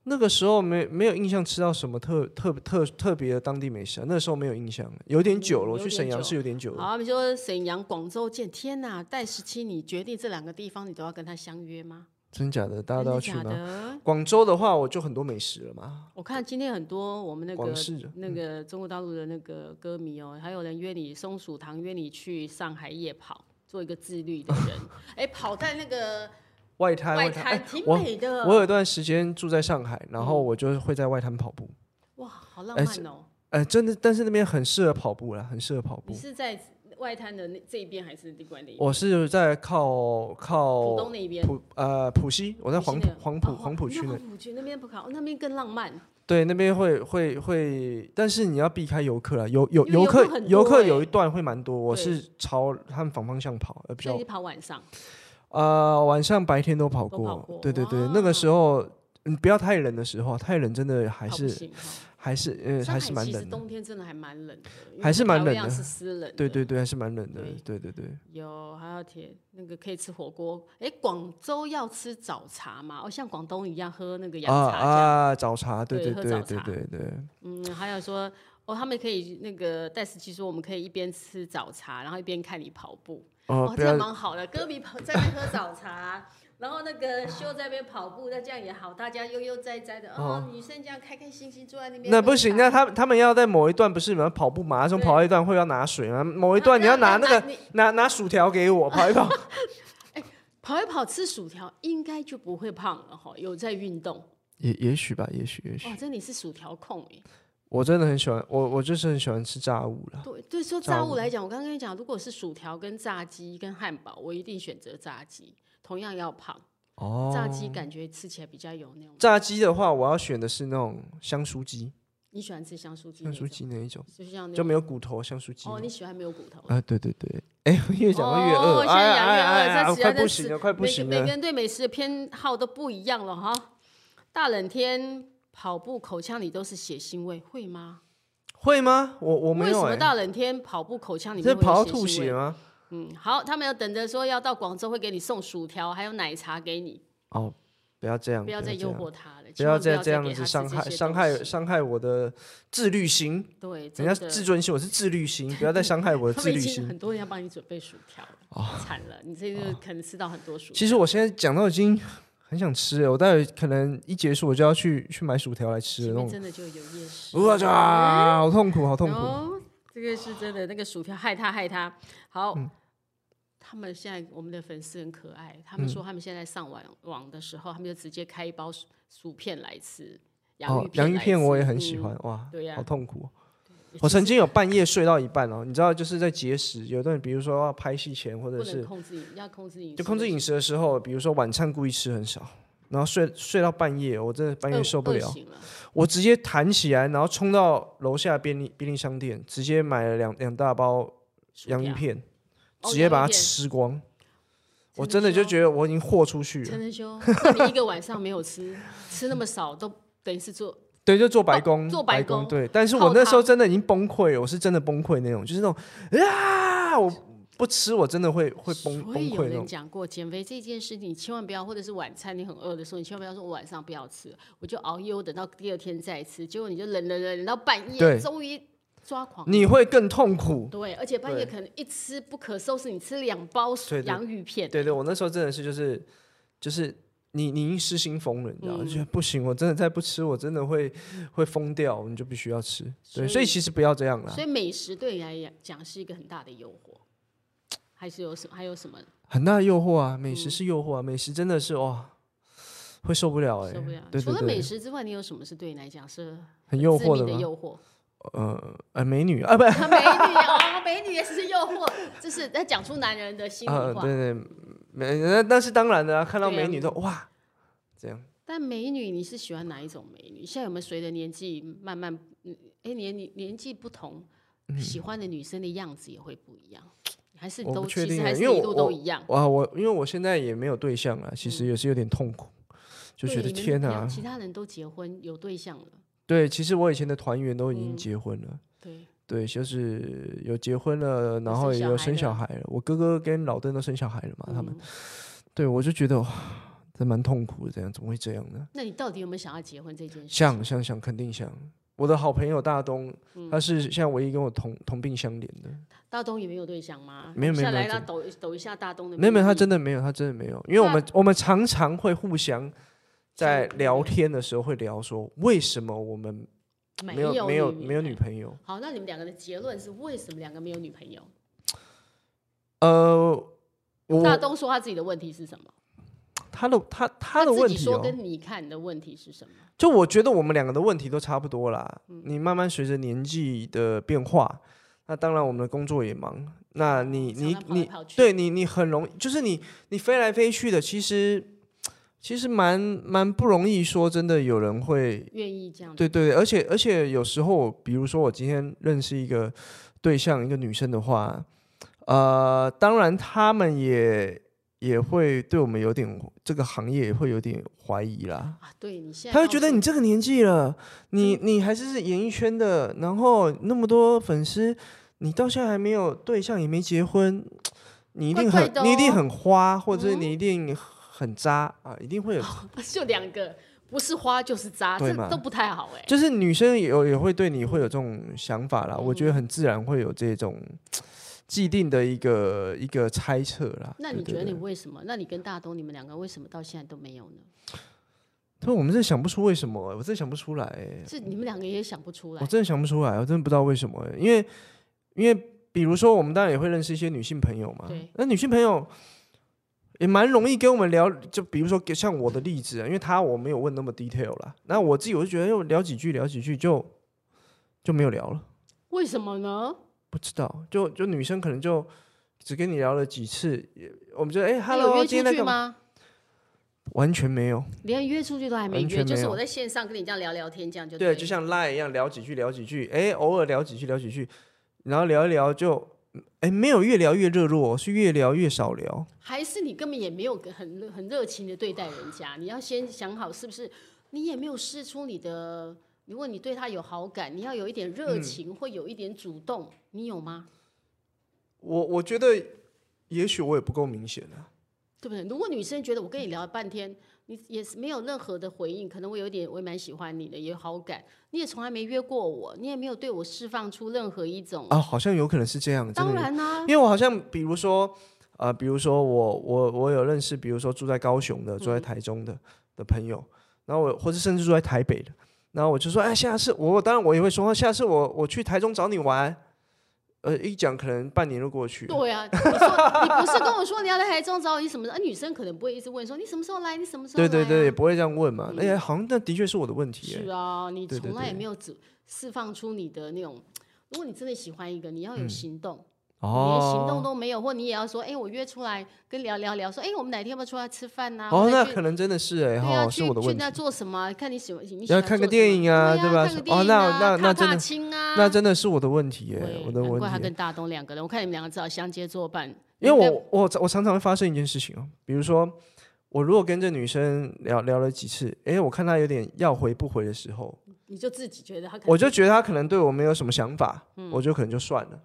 Speaker 3: 那个时候没没有印象吃到什么特特特特别的当地美食、啊，那时候没有印象，有点久了。我
Speaker 1: 嗯有
Speaker 3: 去
Speaker 1: 点
Speaker 3: 沈阳
Speaker 1: 久
Speaker 3: 是有点久了。
Speaker 1: 好，你说沈阳、广州见，天哪！带十七，你决定这两个地方，你都要跟他相约吗？
Speaker 3: 真假的，大家
Speaker 1: 真
Speaker 3: 都要
Speaker 1: 的
Speaker 3: 去
Speaker 1: 假
Speaker 3: 吗？
Speaker 1: 的？
Speaker 3: 广州的话，我就很多美食了嘛。
Speaker 1: 我看今天很多我们那
Speaker 3: 广
Speaker 1: 个
Speaker 3: 式的
Speaker 1: 那个中国大陆的那个歌迷哦，还有人约你松鼠堂约你去上海夜跑，做一个自律的
Speaker 3: *laughs*
Speaker 1: 人。哎，跑在那个
Speaker 3: 外滩，
Speaker 1: 外
Speaker 3: 滩，哎
Speaker 1: 滩挺
Speaker 3: 我
Speaker 1: 美的，嗯
Speaker 3: 我有一段时间住在上海，然后我就会在外滩跑步。
Speaker 1: 哇，好浪
Speaker 3: 哎
Speaker 1: 漫哦！
Speaker 3: 呃，真的，但是那边很适合跑步啦，很适合跑
Speaker 1: 你
Speaker 3: 步。
Speaker 1: 是在外滩的那这一边还是另外那一边？
Speaker 3: 我是在靠
Speaker 1: 浦
Speaker 3: 靠
Speaker 1: 东那一边。
Speaker 3: 浦呃浦西，我在
Speaker 1: 浦西
Speaker 3: 黄
Speaker 1: 那
Speaker 3: 浦
Speaker 1: 个哦
Speaker 3: 黄哦浦黄浦区
Speaker 1: 那
Speaker 3: 那，
Speaker 1: 黄浦区那边不好，那边更浪漫。
Speaker 3: 对，那边会会会，但是你要避开游客啦，游游
Speaker 1: 因为游客
Speaker 3: 客
Speaker 1: 很
Speaker 3: 游
Speaker 1: 多
Speaker 3: 客
Speaker 1: 欸
Speaker 3: 有一段会蛮多，我
Speaker 1: 对
Speaker 3: 是朝他们反方向跑，呃比
Speaker 1: 所以
Speaker 3: 较
Speaker 1: 你跑晚上，
Speaker 3: 呃晚上白天都跑
Speaker 1: 都
Speaker 3: 过，
Speaker 1: 跑过
Speaker 3: 对对对，那个时候嗯不要太冷的时候，太冷真的还
Speaker 1: 跑不
Speaker 3: 是
Speaker 1: 行哈
Speaker 3: 还是呃
Speaker 1: 上海
Speaker 3: 还是蛮
Speaker 1: 其实
Speaker 3: 冷的，
Speaker 1: 冬天真的还蛮冷的，因为
Speaker 3: 还是蛮冷的
Speaker 1: 台湾是湿冷的。
Speaker 3: 对对对，还是蛮冷的，对对对。
Speaker 1: 有，还要铁那个可以吃火锅。哎，广州要吃早茶嘛？哦，像广东一样喝那个洋
Speaker 3: 啊
Speaker 1: 茶这样。
Speaker 3: 啊，早茶，对
Speaker 1: 对
Speaker 3: 对
Speaker 1: 喝
Speaker 3: 对
Speaker 1: 早
Speaker 3: 对
Speaker 1: 茶
Speaker 3: 对对，
Speaker 1: 嗯，还有说哦，他们可以那个戴司机说，我们可以一边吃早茶，然后一边看你跑步。
Speaker 3: 哦，
Speaker 1: 哦，
Speaker 3: 不
Speaker 1: 这样
Speaker 3: 要
Speaker 1: 蛮好的。歌迷跑在那边喝早茶，然后那个秀在那边跑步，那这样也好，大家悠悠哉哉的。哦，女生这样开开心心坐在那边喝茶。
Speaker 3: 那不行，那他他们要在某一段不是你们跑步马拉松
Speaker 1: 对
Speaker 3: 跑到一段会要拿水吗？某一
Speaker 1: 啊
Speaker 3: 段你
Speaker 1: 那
Speaker 3: 要拿那个
Speaker 1: 你
Speaker 3: 拿拿薯条给我跑一跑，
Speaker 1: 跑一跑吃薯条，应该就不会胖了哈。有在运动，
Speaker 3: *laughs* 也也许吧，也许也许
Speaker 1: 哇，，这你是薯条控哎。
Speaker 3: 我真的很喜欢，我我就是很喜欢吃炸物了。
Speaker 1: 对对，说
Speaker 3: 炸
Speaker 1: 炸
Speaker 3: 物
Speaker 1: 物来讲，我刚刚跟你讲，如果是薯条、跟炸鸡、跟汉堡，我一定选择炸鸡，同样要胖。
Speaker 3: 哦，
Speaker 1: 炸鸡感觉吃起来比较有那种。
Speaker 3: 炸鸡的话，我要选的是那种香酥鸡，
Speaker 1: 你喜欢吃香酥鸡那
Speaker 3: 香酥
Speaker 1: 种？
Speaker 3: 鸡那一种，
Speaker 1: 就是像那
Speaker 3: 就
Speaker 1: 种。
Speaker 3: 没有骨头香酥鸡。
Speaker 1: 哦，你喜欢没有骨头的？
Speaker 3: 啊，对对对， *laughs* 哎，越讲会越饿，
Speaker 1: 哦、现
Speaker 3: 哎
Speaker 1: 在
Speaker 3: 哎哎哎
Speaker 1: 养
Speaker 3: 哎，
Speaker 1: 饿，
Speaker 3: 快不行了，快不行
Speaker 1: 每个每
Speaker 3: 了
Speaker 1: 个。人对美食的偏好都不一样了哈。大冷天跑步，口腔里都是血腥味，会吗？
Speaker 3: 会吗？我我
Speaker 1: 为
Speaker 3: 没
Speaker 1: 什
Speaker 3: 有
Speaker 1: 么
Speaker 3: 哎，
Speaker 1: 大冷天跑步口腔里面
Speaker 3: 这
Speaker 1: 会有
Speaker 3: 跑到
Speaker 1: 血
Speaker 3: 吐
Speaker 1: 腥味
Speaker 3: 血吗？
Speaker 1: 嗯，好，他们要等着说要到广州会给你送薯条，还有奶茶给你，
Speaker 3: 哦，不要这样，
Speaker 1: 不要
Speaker 3: 这
Speaker 1: 再
Speaker 3: 样
Speaker 1: 诱惑他了，
Speaker 3: 不
Speaker 1: 千
Speaker 3: 要
Speaker 1: 万不
Speaker 3: 再
Speaker 1: 要
Speaker 3: 这
Speaker 1: 再
Speaker 3: 样
Speaker 1: 给
Speaker 3: 子
Speaker 1: 他
Speaker 3: 伤
Speaker 1: 吃这
Speaker 3: 害
Speaker 1: 些
Speaker 3: 伤
Speaker 1: 东
Speaker 3: 害
Speaker 1: 西
Speaker 3: 伤害我的自律心。
Speaker 1: 对，
Speaker 3: 人
Speaker 1: 真
Speaker 3: 家
Speaker 1: 的
Speaker 3: 自尊心，我是自
Speaker 1: *laughs*
Speaker 3: 律心，不要再伤害我的
Speaker 1: 他
Speaker 3: 自
Speaker 1: 们已
Speaker 3: 律
Speaker 1: 经
Speaker 3: 心。
Speaker 1: 很多人要帮你准备薯条了，惨了，你这个可能吃到很多薯条。
Speaker 3: 哦其实我现在讲到已经很想吃了，我待会可能一结束我就要去去买薯条来吃
Speaker 1: 前
Speaker 3: 了那
Speaker 1: 面
Speaker 3: 种。
Speaker 1: 真的就有夜市，
Speaker 3: 哇
Speaker 1: 嗯
Speaker 3: 啊！好痛苦，好痛苦。
Speaker 1: 哦，这个是真的，那个薯条害他害他。好，
Speaker 3: 嗯
Speaker 1: 他们现在我们的粉丝很可爱，他
Speaker 3: 嗯
Speaker 1: 们说他们现在上网网的时候，他们就直接开一包薯薯片来吃，
Speaker 3: 哦，
Speaker 1: 洋
Speaker 3: 洋
Speaker 1: 芋
Speaker 3: 芋
Speaker 1: 来
Speaker 3: 片我也
Speaker 1: 吃
Speaker 3: 很喜
Speaker 1: 嗯
Speaker 3: 欢，哇
Speaker 1: 对，呀
Speaker 3: 好痛苦哦。
Speaker 1: 其
Speaker 3: 我曾
Speaker 1: 实
Speaker 3: 经有半夜睡到一半哦，你知道，就是在节食，有一段比如说要拍戏前或者
Speaker 1: 嗯不
Speaker 3: 是
Speaker 1: 能控制饮，要控制饮食，
Speaker 3: 就控制饮食的时候，比如说晚餐故意吃很少，然后睡睡到半夜，我真的半夜
Speaker 1: 饿
Speaker 3: 受不
Speaker 1: 饿
Speaker 3: 了，
Speaker 1: 醒了
Speaker 3: 我直接弹起来，然后冲到楼下便利便利商店，直接买了两两大包
Speaker 1: 薯
Speaker 3: 洋芋
Speaker 1: 条
Speaker 3: 片，
Speaker 1: 哦
Speaker 3: 直接
Speaker 1: 洋芋
Speaker 3: 把它
Speaker 1: 片
Speaker 3: 吃光。我
Speaker 1: 真
Speaker 3: 真
Speaker 1: 的哦
Speaker 3: 的就
Speaker 1: 吗
Speaker 3: 觉得我已经豁出去了
Speaker 1: 陈，仁修，那你一个晚上没有吃， *laughs* 吃那么少，都等于是做
Speaker 3: 对，就做白工，
Speaker 1: 哦做白
Speaker 3: 白工，
Speaker 1: 工
Speaker 3: 对。但是
Speaker 1: 泡
Speaker 3: 我那时候真的已经崩溃了，我是真的崩溃那种，就是那种啊，我不吃我真的会会崩
Speaker 1: 所
Speaker 3: 崩
Speaker 1: 以有
Speaker 3: 溃那
Speaker 1: 人
Speaker 3: 种。
Speaker 1: 讲过，减肥这件事情，你千万不要，或者是晚餐你很饿的时候，你千万不要说我晚上不要吃，我就熬夜，我等到第二天再吃。结果你就忍忍忍忍到半
Speaker 3: 对
Speaker 1: 夜，终于抓狂。
Speaker 3: 你会更痛苦，
Speaker 1: 对，而且半夜
Speaker 3: 对
Speaker 1: 可能一吃不可收拾，你吃两包
Speaker 3: 对对
Speaker 1: 洋芋片，
Speaker 3: 对对，我那时候真的是就是就是你你已经失心疯了，你知道吗？
Speaker 1: 嗯
Speaker 3: 就觉得不行，我真的再不吃，我真的会会疯掉，你就必须要吃。
Speaker 1: 所
Speaker 3: 对，所以
Speaker 1: 以
Speaker 3: 其实不要这样啦
Speaker 1: 所，以美食对你来讲是一个很大的诱惑。还是有什还有什么
Speaker 3: 很大的诱惑啊，
Speaker 1: 嗯
Speaker 3: 美食是诱惑啊，美食真的是哇，会受不了哎、
Speaker 1: 受不了？
Speaker 3: 对
Speaker 1: 除
Speaker 3: 对
Speaker 1: 了美
Speaker 3: 对，
Speaker 1: 食之外，你有什么是对你来讲是
Speaker 3: 很诱
Speaker 1: 致
Speaker 3: 惑
Speaker 1: 命
Speaker 3: 吗？
Speaker 1: 诱惑？
Speaker 3: 呃呃，美女啊，
Speaker 1: *laughs*
Speaker 3: 不，
Speaker 1: 美女哦，美女也是诱惑，这是在讲出男人的心里
Speaker 3: 啊，
Speaker 1: 话。
Speaker 3: 对对，美那那是当然的啊，看到
Speaker 1: 对啊
Speaker 3: 美女都哇，这样。
Speaker 1: 但美女，你是喜欢哪一种美女？现在有没有随着年纪慢慢，嗯，哎，年年年纪不同，喜欢的女生的样子也会不一样， *sniffs* 还是
Speaker 3: 我
Speaker 1: 都
Speaker 3: 不确
Speaker 1: 其
Speaker 3: 定
Speaker 1: 实
Speaker 3: 欸
Speaker 1: 还是
Speaker 3: 因为
Speaker 1: 一路
Speaker 3: 我
Speaker 1: 都一样。嗯
Speaker 3: 哇，我因为我现在也没有对象啊了，其实也是有点痛苦，就
Speaker 1: 对
Speaker 3: 觉得
Speaker 1: 你们
Speaker 3: 天
Speaker 1: 没有
Speaker 3: 哪！
Speaker 1: 其他人都结婚有对象了，
Speaker 3: 对，其实我以前的团员都已经
Speaker 1: 嗯
Speaker 3: 结婚了，
Speaker 1: 对，
Speaker 3: 对，就是有结婚了，然
Speaker 1: 有
Speaker 3: 后
Speaker 1: 生
Speaker 3: 也
Speaker 1: 小
Speaker 3: 有
Speaker 1: 孩
Speaker 3: 生小
Speaker 1: 了
Speaker 3: 孩了。我哥哥跟老邓都生小孩了嘛，他们
Speaker 1: 嗯
Speaker 3: 对我就觉得哇，这蛮痛苦的，这样怎么会这样呢？
Speaker 1: 那你到底有没有想要结婚这件事？
Speaker 3: 想想想，肯定想。我的好朋友大东，
Speaker 1: 嗯
Speaker 3: 他是现在唯一跟我同同病相怜的，
Speaker 1: 大东也没有对象吗？
Speaker 3: 没有没有
Speaker 1: 下
Speaker 3: 没
Speaker 1: 来
Speaker 3: 有这
Speaker 1: 他抖抖一下大东的秘密，
Speaker 3: 没有没有，他真的没有，他真的没有，因为我们我们常常会互相在
Speaker 1: 相
Speaker 3: 聊
Speaker 1: 互
Speaker 3: 天的时候会聊说，为什么我们
Speaker 1: 没
Speaker 3: 没有没有
Speaker 1: 女
Speaker 3: 没有女朋友？
Speaker 1: 好，那你们两个的结论是为什么两个没有女朋友？
Speaker 3: 呃，
Speaker 1: 大
Speaker 3: 我
Speaker 1: 东说他自己的问题是什么？
Speaker 3: 他的他他的
Speaker 1: 自
Speaker 3: 问
Speaker 1: 己
Speaker 3: 题
Speaker 1: 说
Speaker 3: 哦，
Speaker 1: 跟你看的问题是什么？
Speaker 3: 就我觉得我们两个的问题都差不多啦。
Speaker 1: 嗯
Speaker 3: 你慢慢随着年纪的变化，那当然我们的工作也忙，那你
Speaker 1: 常
Speaker 3: 你
Speaker 1: 常嗯跑来
Speaker 3: 你
Speaker 1: 跑去
Speaker 3: 对你你很容易，就是你你飞来飞去的，其实其实蛮蛮不容易。说真的，有人会
Speaker 1: 愿意这样
Speaker 3: 对对，对而且而且有时候，比如说我今天认识一个对象，一个女生的话，呃，当然他们也也会对我们有点这个行业也会有点怀疑啦。
Speaker 1: 啊？对你现在
Speaker 3: 他会
Speaker 1: 告
Speaker 3: 觉得
Speaker 1: 诉
Speaker 3: 你这个年纪了，你
Speaker 1: 嗯
Speaker 3: 你还是是演艺圈的，然后那么多粉丝，你到现在还没有对象，也没结婚，你一定
Speaker 1: 怪
Speaker 3: 很、
Speaker 1: 怪的
Speaker 3: 你一定
Speaker 1: 哦嗯
Speaker 3: 很花，或者是你一定很渣、啊，一定会有
Speaker 1: 哦 *laughs* 就两个，不是花就是渣，
Speaker 3: 对
Speaker 1: 这
Speaker 3: 嘛
Speaker 1: 都不太好哎、
Speaker 3: 就是女生也有也会对你会有这种想法啦，我觉得
Speaker 1: 嗯
Speaker 3: 很自然会有这种既定的一个一个猜测啦。
Speaker 1: 那
Speaker 3: 对
Speaker 1: 你
Speaker 3: 对
Speaker 1: 觉得你
Speaker 3: 对
Speaker 1: 为什么？那你跟大东你们两个为什么到现在都没有呢？
Speaker 3: 但我们真的想不出为什么、我真的想不出来、欸，
Speaker 1: 是你们两个也想不出
Speaker 3: 我
Speaker 1: 来，
Speaker 3: 真的想不出来，我真的不知道为什么、欸，因为因为比如说我们当然也会认识一些女性朋友嘛
Speaker 1: 对，
Speaker 3: 那女性朋友。也蛮容易跟我们聊，就比如说给像我的例子啊，因为他我没有问那么 detail 啦，那我自己我就觉得，哎我聊几句聊几句就就没有聊了。
Speaker 1: 为什么呢？
Speaker 3: 不知道，就就女生可能就只跟你聊了几次，也我们就哎
Speaker 1: 那有
Speaker 3: ，hello，
Speaker 1: 约
Speaker 3: 今
Speaker 1: 出
Speaker 3: 天在
Speaker 1: 去
Speaker 3: 干嘛？
Speaker 1: 吗？
Speaker 3: 完全没有，
Speaker 1: 连约出去都还没
Speaker 3: 完全
Speaker 1: 约，就
Speaker 3: 没
Speaker 1: 是
Speaker 3: 有
Speaker 1: 我在线上跟你这样聊聊天，这样就
Speaker 3: 对，
Speaker 1: 了
Speaker 3: 就像 line 一样聊几句聊几句，哎，偶尔聊几句聊几句，然后聊一聊就，哎，没有越聊越热络，是越聊越少聊。
Speaker 1: 还是你根本也没有很很热情的对待人家，你要先想好是不是你也没有试出你的。如果你对他有好感，你要有一点热情，
Speaker 3: 嗯
Speaker 1: 会有一点主动，你有吗？
Speaker 3: 我我觉得，也许我也不够明显啊。
Speaker 1: 对不对？如果女生觉得我跟你聊了半天，你也是没有任何的回应，可能我有点我也蛮喜欢你的，也有好感，你也从来没约过我，你也没有对我释放出任何一种。
Speaker 3: 啊，好像有可能是这样，真的
Speaker 1: 当
Speaker 3: 有
Speaker 1: 然啦、
Speaker 3: 因为我好像比如说，呃，比如说我我我有认识，比如说住在高雄的，住
Speaker 1: 嗯
Speaker 3: 在台中的、的朋友，然后我或是甚至住在台北的，然后我就说，哎，下次我当然我也会说，哦下次我我去台中找你玩，呃，一讲可能半年就过去了，
Speaker 1: 对啊，你说你不是跟我说你要来台中找我，你什么时候？啊，女生可能不会一直问说你什么时候来，你什么时候来、
Speaker 3: 对
Speaker 1: 啊？
Speaker 3: 对对，也不会这样问嘛，那、也好像那的确是我的问题耶、
Speaker 1: 嗯是啊，你
Speaker 3: 对对
Speaker 1: 从来也
Speaker 3: 对
Speaker 1: 没有只释放出你的那种。如果你真的喜欢一个，你要有行动，你连行动
Speaker 3: 嗯哦。
Speaker 1: 都没有，或你也要说，哎、我约出来跟聊聊聊，说，哎、我们哪天要不要出来吃饭呐、
Speaker 3: 哦
Speaker 1: 或，者
Speaker 3: 那
Speaker 1: 啊去
Speaker 3: 可能真的是哎、
Speaker 1: 对啊，
Speaker 3: 哈，是
Speaker 1: 去
Speaker 3: 我的
Speaker 1: 去
Speaker 3: 问题
Speaker 1: 那。做什么？看你喜欢，你喜
Speaker 3: 要
Speaker 1: 欢做
Speaker 3: 看个
Speaker 1: 什
Speaker 3: 电
Speaker 1: 么
Speaker 3: 影啊
Speaker 1: 对
Speaker 3: 对吧
Speaker 1: 看个
Speaker 3: 哦
Speaker 1: 电影
Speaker 3: 那
Speaker 1: 啊
Speaker 3: 那
Speaker 1: 踏
Speaker 3: 那真
Speaker 1: 踏
Speaker 3: 的
Speaker 1: 青啊，
Speaker 3: 那真的是我的问题耶、
Speaker 1: 对
Speaker 3: 我的
Speaker 1: 难
Speaker 3: 问
Speaker 1: 怪他
Speaker 3: 题耶、
Speaker 1: 跟大东两个人，我看你们两个只好相接作伴。
Speaker 3: 因为
Speaker 1: 你
Speaker 3: 我我我常常会发生一件事情哦，比如说我如果跟这女生聊聊了几次，诶，我看她有点要回不回的时候，
Speaker 1: 你就自己觉得他可能，
Speaker 3: 我就觉得她可能对我没有什么想法，我就可能就算了。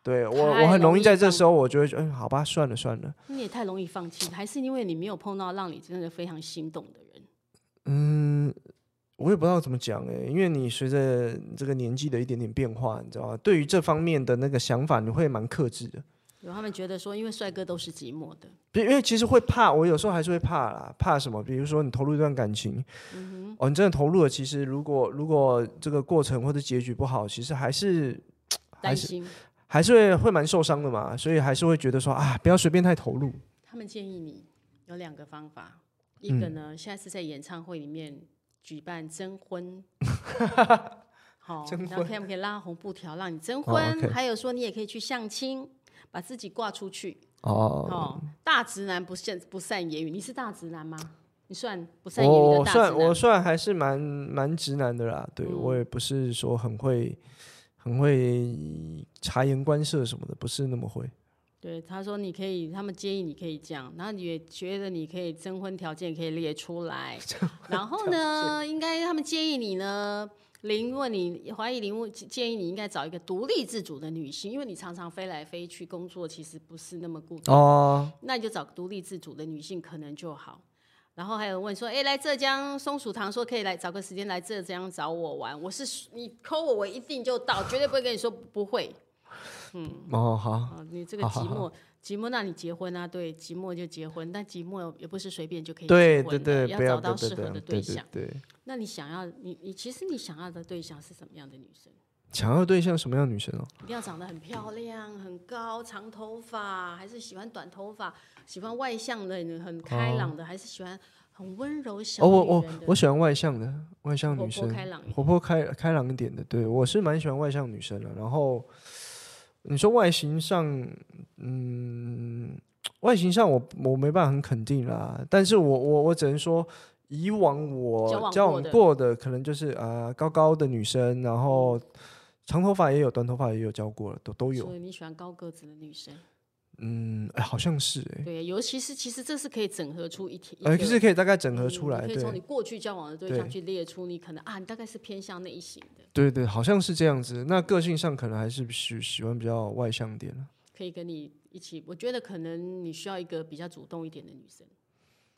Speaker 3: 对我
Speaker 1: 嗯太
Speaker 3: 我很容
Speaker 1: 容
Speaker 3: 易
Speaker 1: 易
Speaker 3: 在这
Speaker 1: 放
Speaker 3: 时候，我就会觉得嗯，好吧，算了算了，
Speaker 1: 你也太容易放弃，还是因为你没有碰到让你真的非常心动的人。
Speaker 3: 嗯。我也不知道怎么讲诶，因为你随着这个年纪的一点点变化，你知道吗？对于这方面的那个想法，你会蛮克制的。
Speaker 1: 有他们觉得说，因为帅哥都是寂寞的，
Speaker 3: 比因为其实会怕，我有时候还是会怕啦，怕什么？比如说你投入一段感情，
Speaker 1: 嗯
Speaker 3: 哦，你真的投入了，其实如果如果这个过程或者结局不好，其实还是还
Speaker 1: 担
Speaker 3: 是
Speaker 1: 心。
Speaker 3: 还是会会蛮受伤的嘛，所以还是会觉得说啊，不要随便太投入。
Speaker 1: 他们建议你有两个方法，
Speaker 3: 嗯
Speaker 1: 一个呢，下次在演唱会里面举办征
Speaker 3: *laughs*
Speaker 1: 婚，好，
Speaker 3: 征
Speaker 1: 然后看不可以拉红布条让你征
Speaker 3: 哦
Speaker 1: 婚，
Speaker 3: ，OK
Speaker 1: 还有说你也可以去相亲，把自己挂出去。
Speaker 3: 哦，
Speaker 1: 哦，大直男不善不善言语，你是大直男吗？你算不善言语
Speaker 3: 我
Speaker 1: 的大直
Speaker 3: 哦算
Speaker 1: 男嗯
Speaker 3: 我
Speaker 1: 吗？
Speaker 3: 算还是蛮蛮直男的啦，对、我也不是说很会很很会察言观色什么的，不是那么会。
Speaker 1: 对，他说你可以，他们建议你可以这样，然后你也觉得你可以征婚条件可以列出来，然后呢，应该他们建议你呢，林问你怀疑林问建议你应该找一个独立自主的女性，因为你常常飞来飞去工作，其实不是那么固定，
Speaker 3: 哦，
Speaker 1: 那你就找个独立自主的女性可能就好。然后还有问说，哎，来浙江松鼠堂说可以来找个时间来浙江找我玩，我是你扣我，我一定就到，绝对不会跟你说不会。嗯
Speaker 3: 哦，好，
Speaker 1: 啊，你这个
Speaker 3: 好好
Speaker 1: 寂
Speaker 3: 好
Speaker 1: 寞，寂寞，那你结婚啊？对，寂寞就结婚，但寂寞也不是随便就可以结
Speaker 3: 对对
Speaker 1: 婚的，
Speaker 3: 对，不
Speaker 1: 找
Speaker 3: 要
Speaker 1: 到
Speaker 3: 对
Speaker 1: 适
Speaker 3: 对
Speaker 1: 合
Speaker 3: 对
Speaker 1: 的
Speaker 3: 对对
Speaker 1: 象。
Speaker 3: 对，
Speaker 1: 那你想要，你你其实你想要的对象是什么样的女生？
Speaker 3: 想要对象什么样的女生哦？
Speaker 1: 一定要长得很漂亮、很高、长头发，还是喜欢短头发？喜欢外向的、很开朗的，还是喜欢很温柔小
Speaker 3: 哦，我
Speaker 1: 女
Speaker 3: 我
Speaker 1: 人的？
Speaker 3: 我喜欢外向的，外向
Speaker 1: 活
Speaker 3: 女
Speaker 1: 泼
Speaker 3: 生，
Speaker 1: 开朗一点
Speaker 3: 活泼开开朗一点的。对我是蛮喜欢外向女生的。然后你说外形上，嗯，外形上我我没办法很肯定啦，但是我我我只能说。以往
Speaker 1: 交
Speaker 3: 我
Speaker 1: 往
Speaker 3: 交
Speaker 1: 过
Speaker 3: 往
Speaker 1: 的
Speaker 3: 过的可能就是呃高高的女生，然
Speaker 1: 嗯
Speaker 3: 后长头发也有，短头发也有交过了，都都有
Speaker 1: 所。以你喜欢高个子的女生，
Speaker 3: 嗯，哎，好像是哎、
Speaker 1: 对，尤其是其实这是可以整合出一体，一
Speaker 3: 呃，
Speaker 1: 个
Speaker 3: 是可以大概整合
Speaker 1: 嗯
Speaker 3: 出来，
Speaker 1: 你可以从你
Speaker 3: 对，
Speaker 1: 过去交往的对象
Speaker 3: 对
Speaker 1: 去列出你可能啊，你大概是偏向那一型的，
Speaker 3: 对对，好像是这样子。那个性上可能还是喜喜欢比较外向点了。
Speaker 1: 可以跟你一起。我觉得可能你需要一个比较主动一点的女生，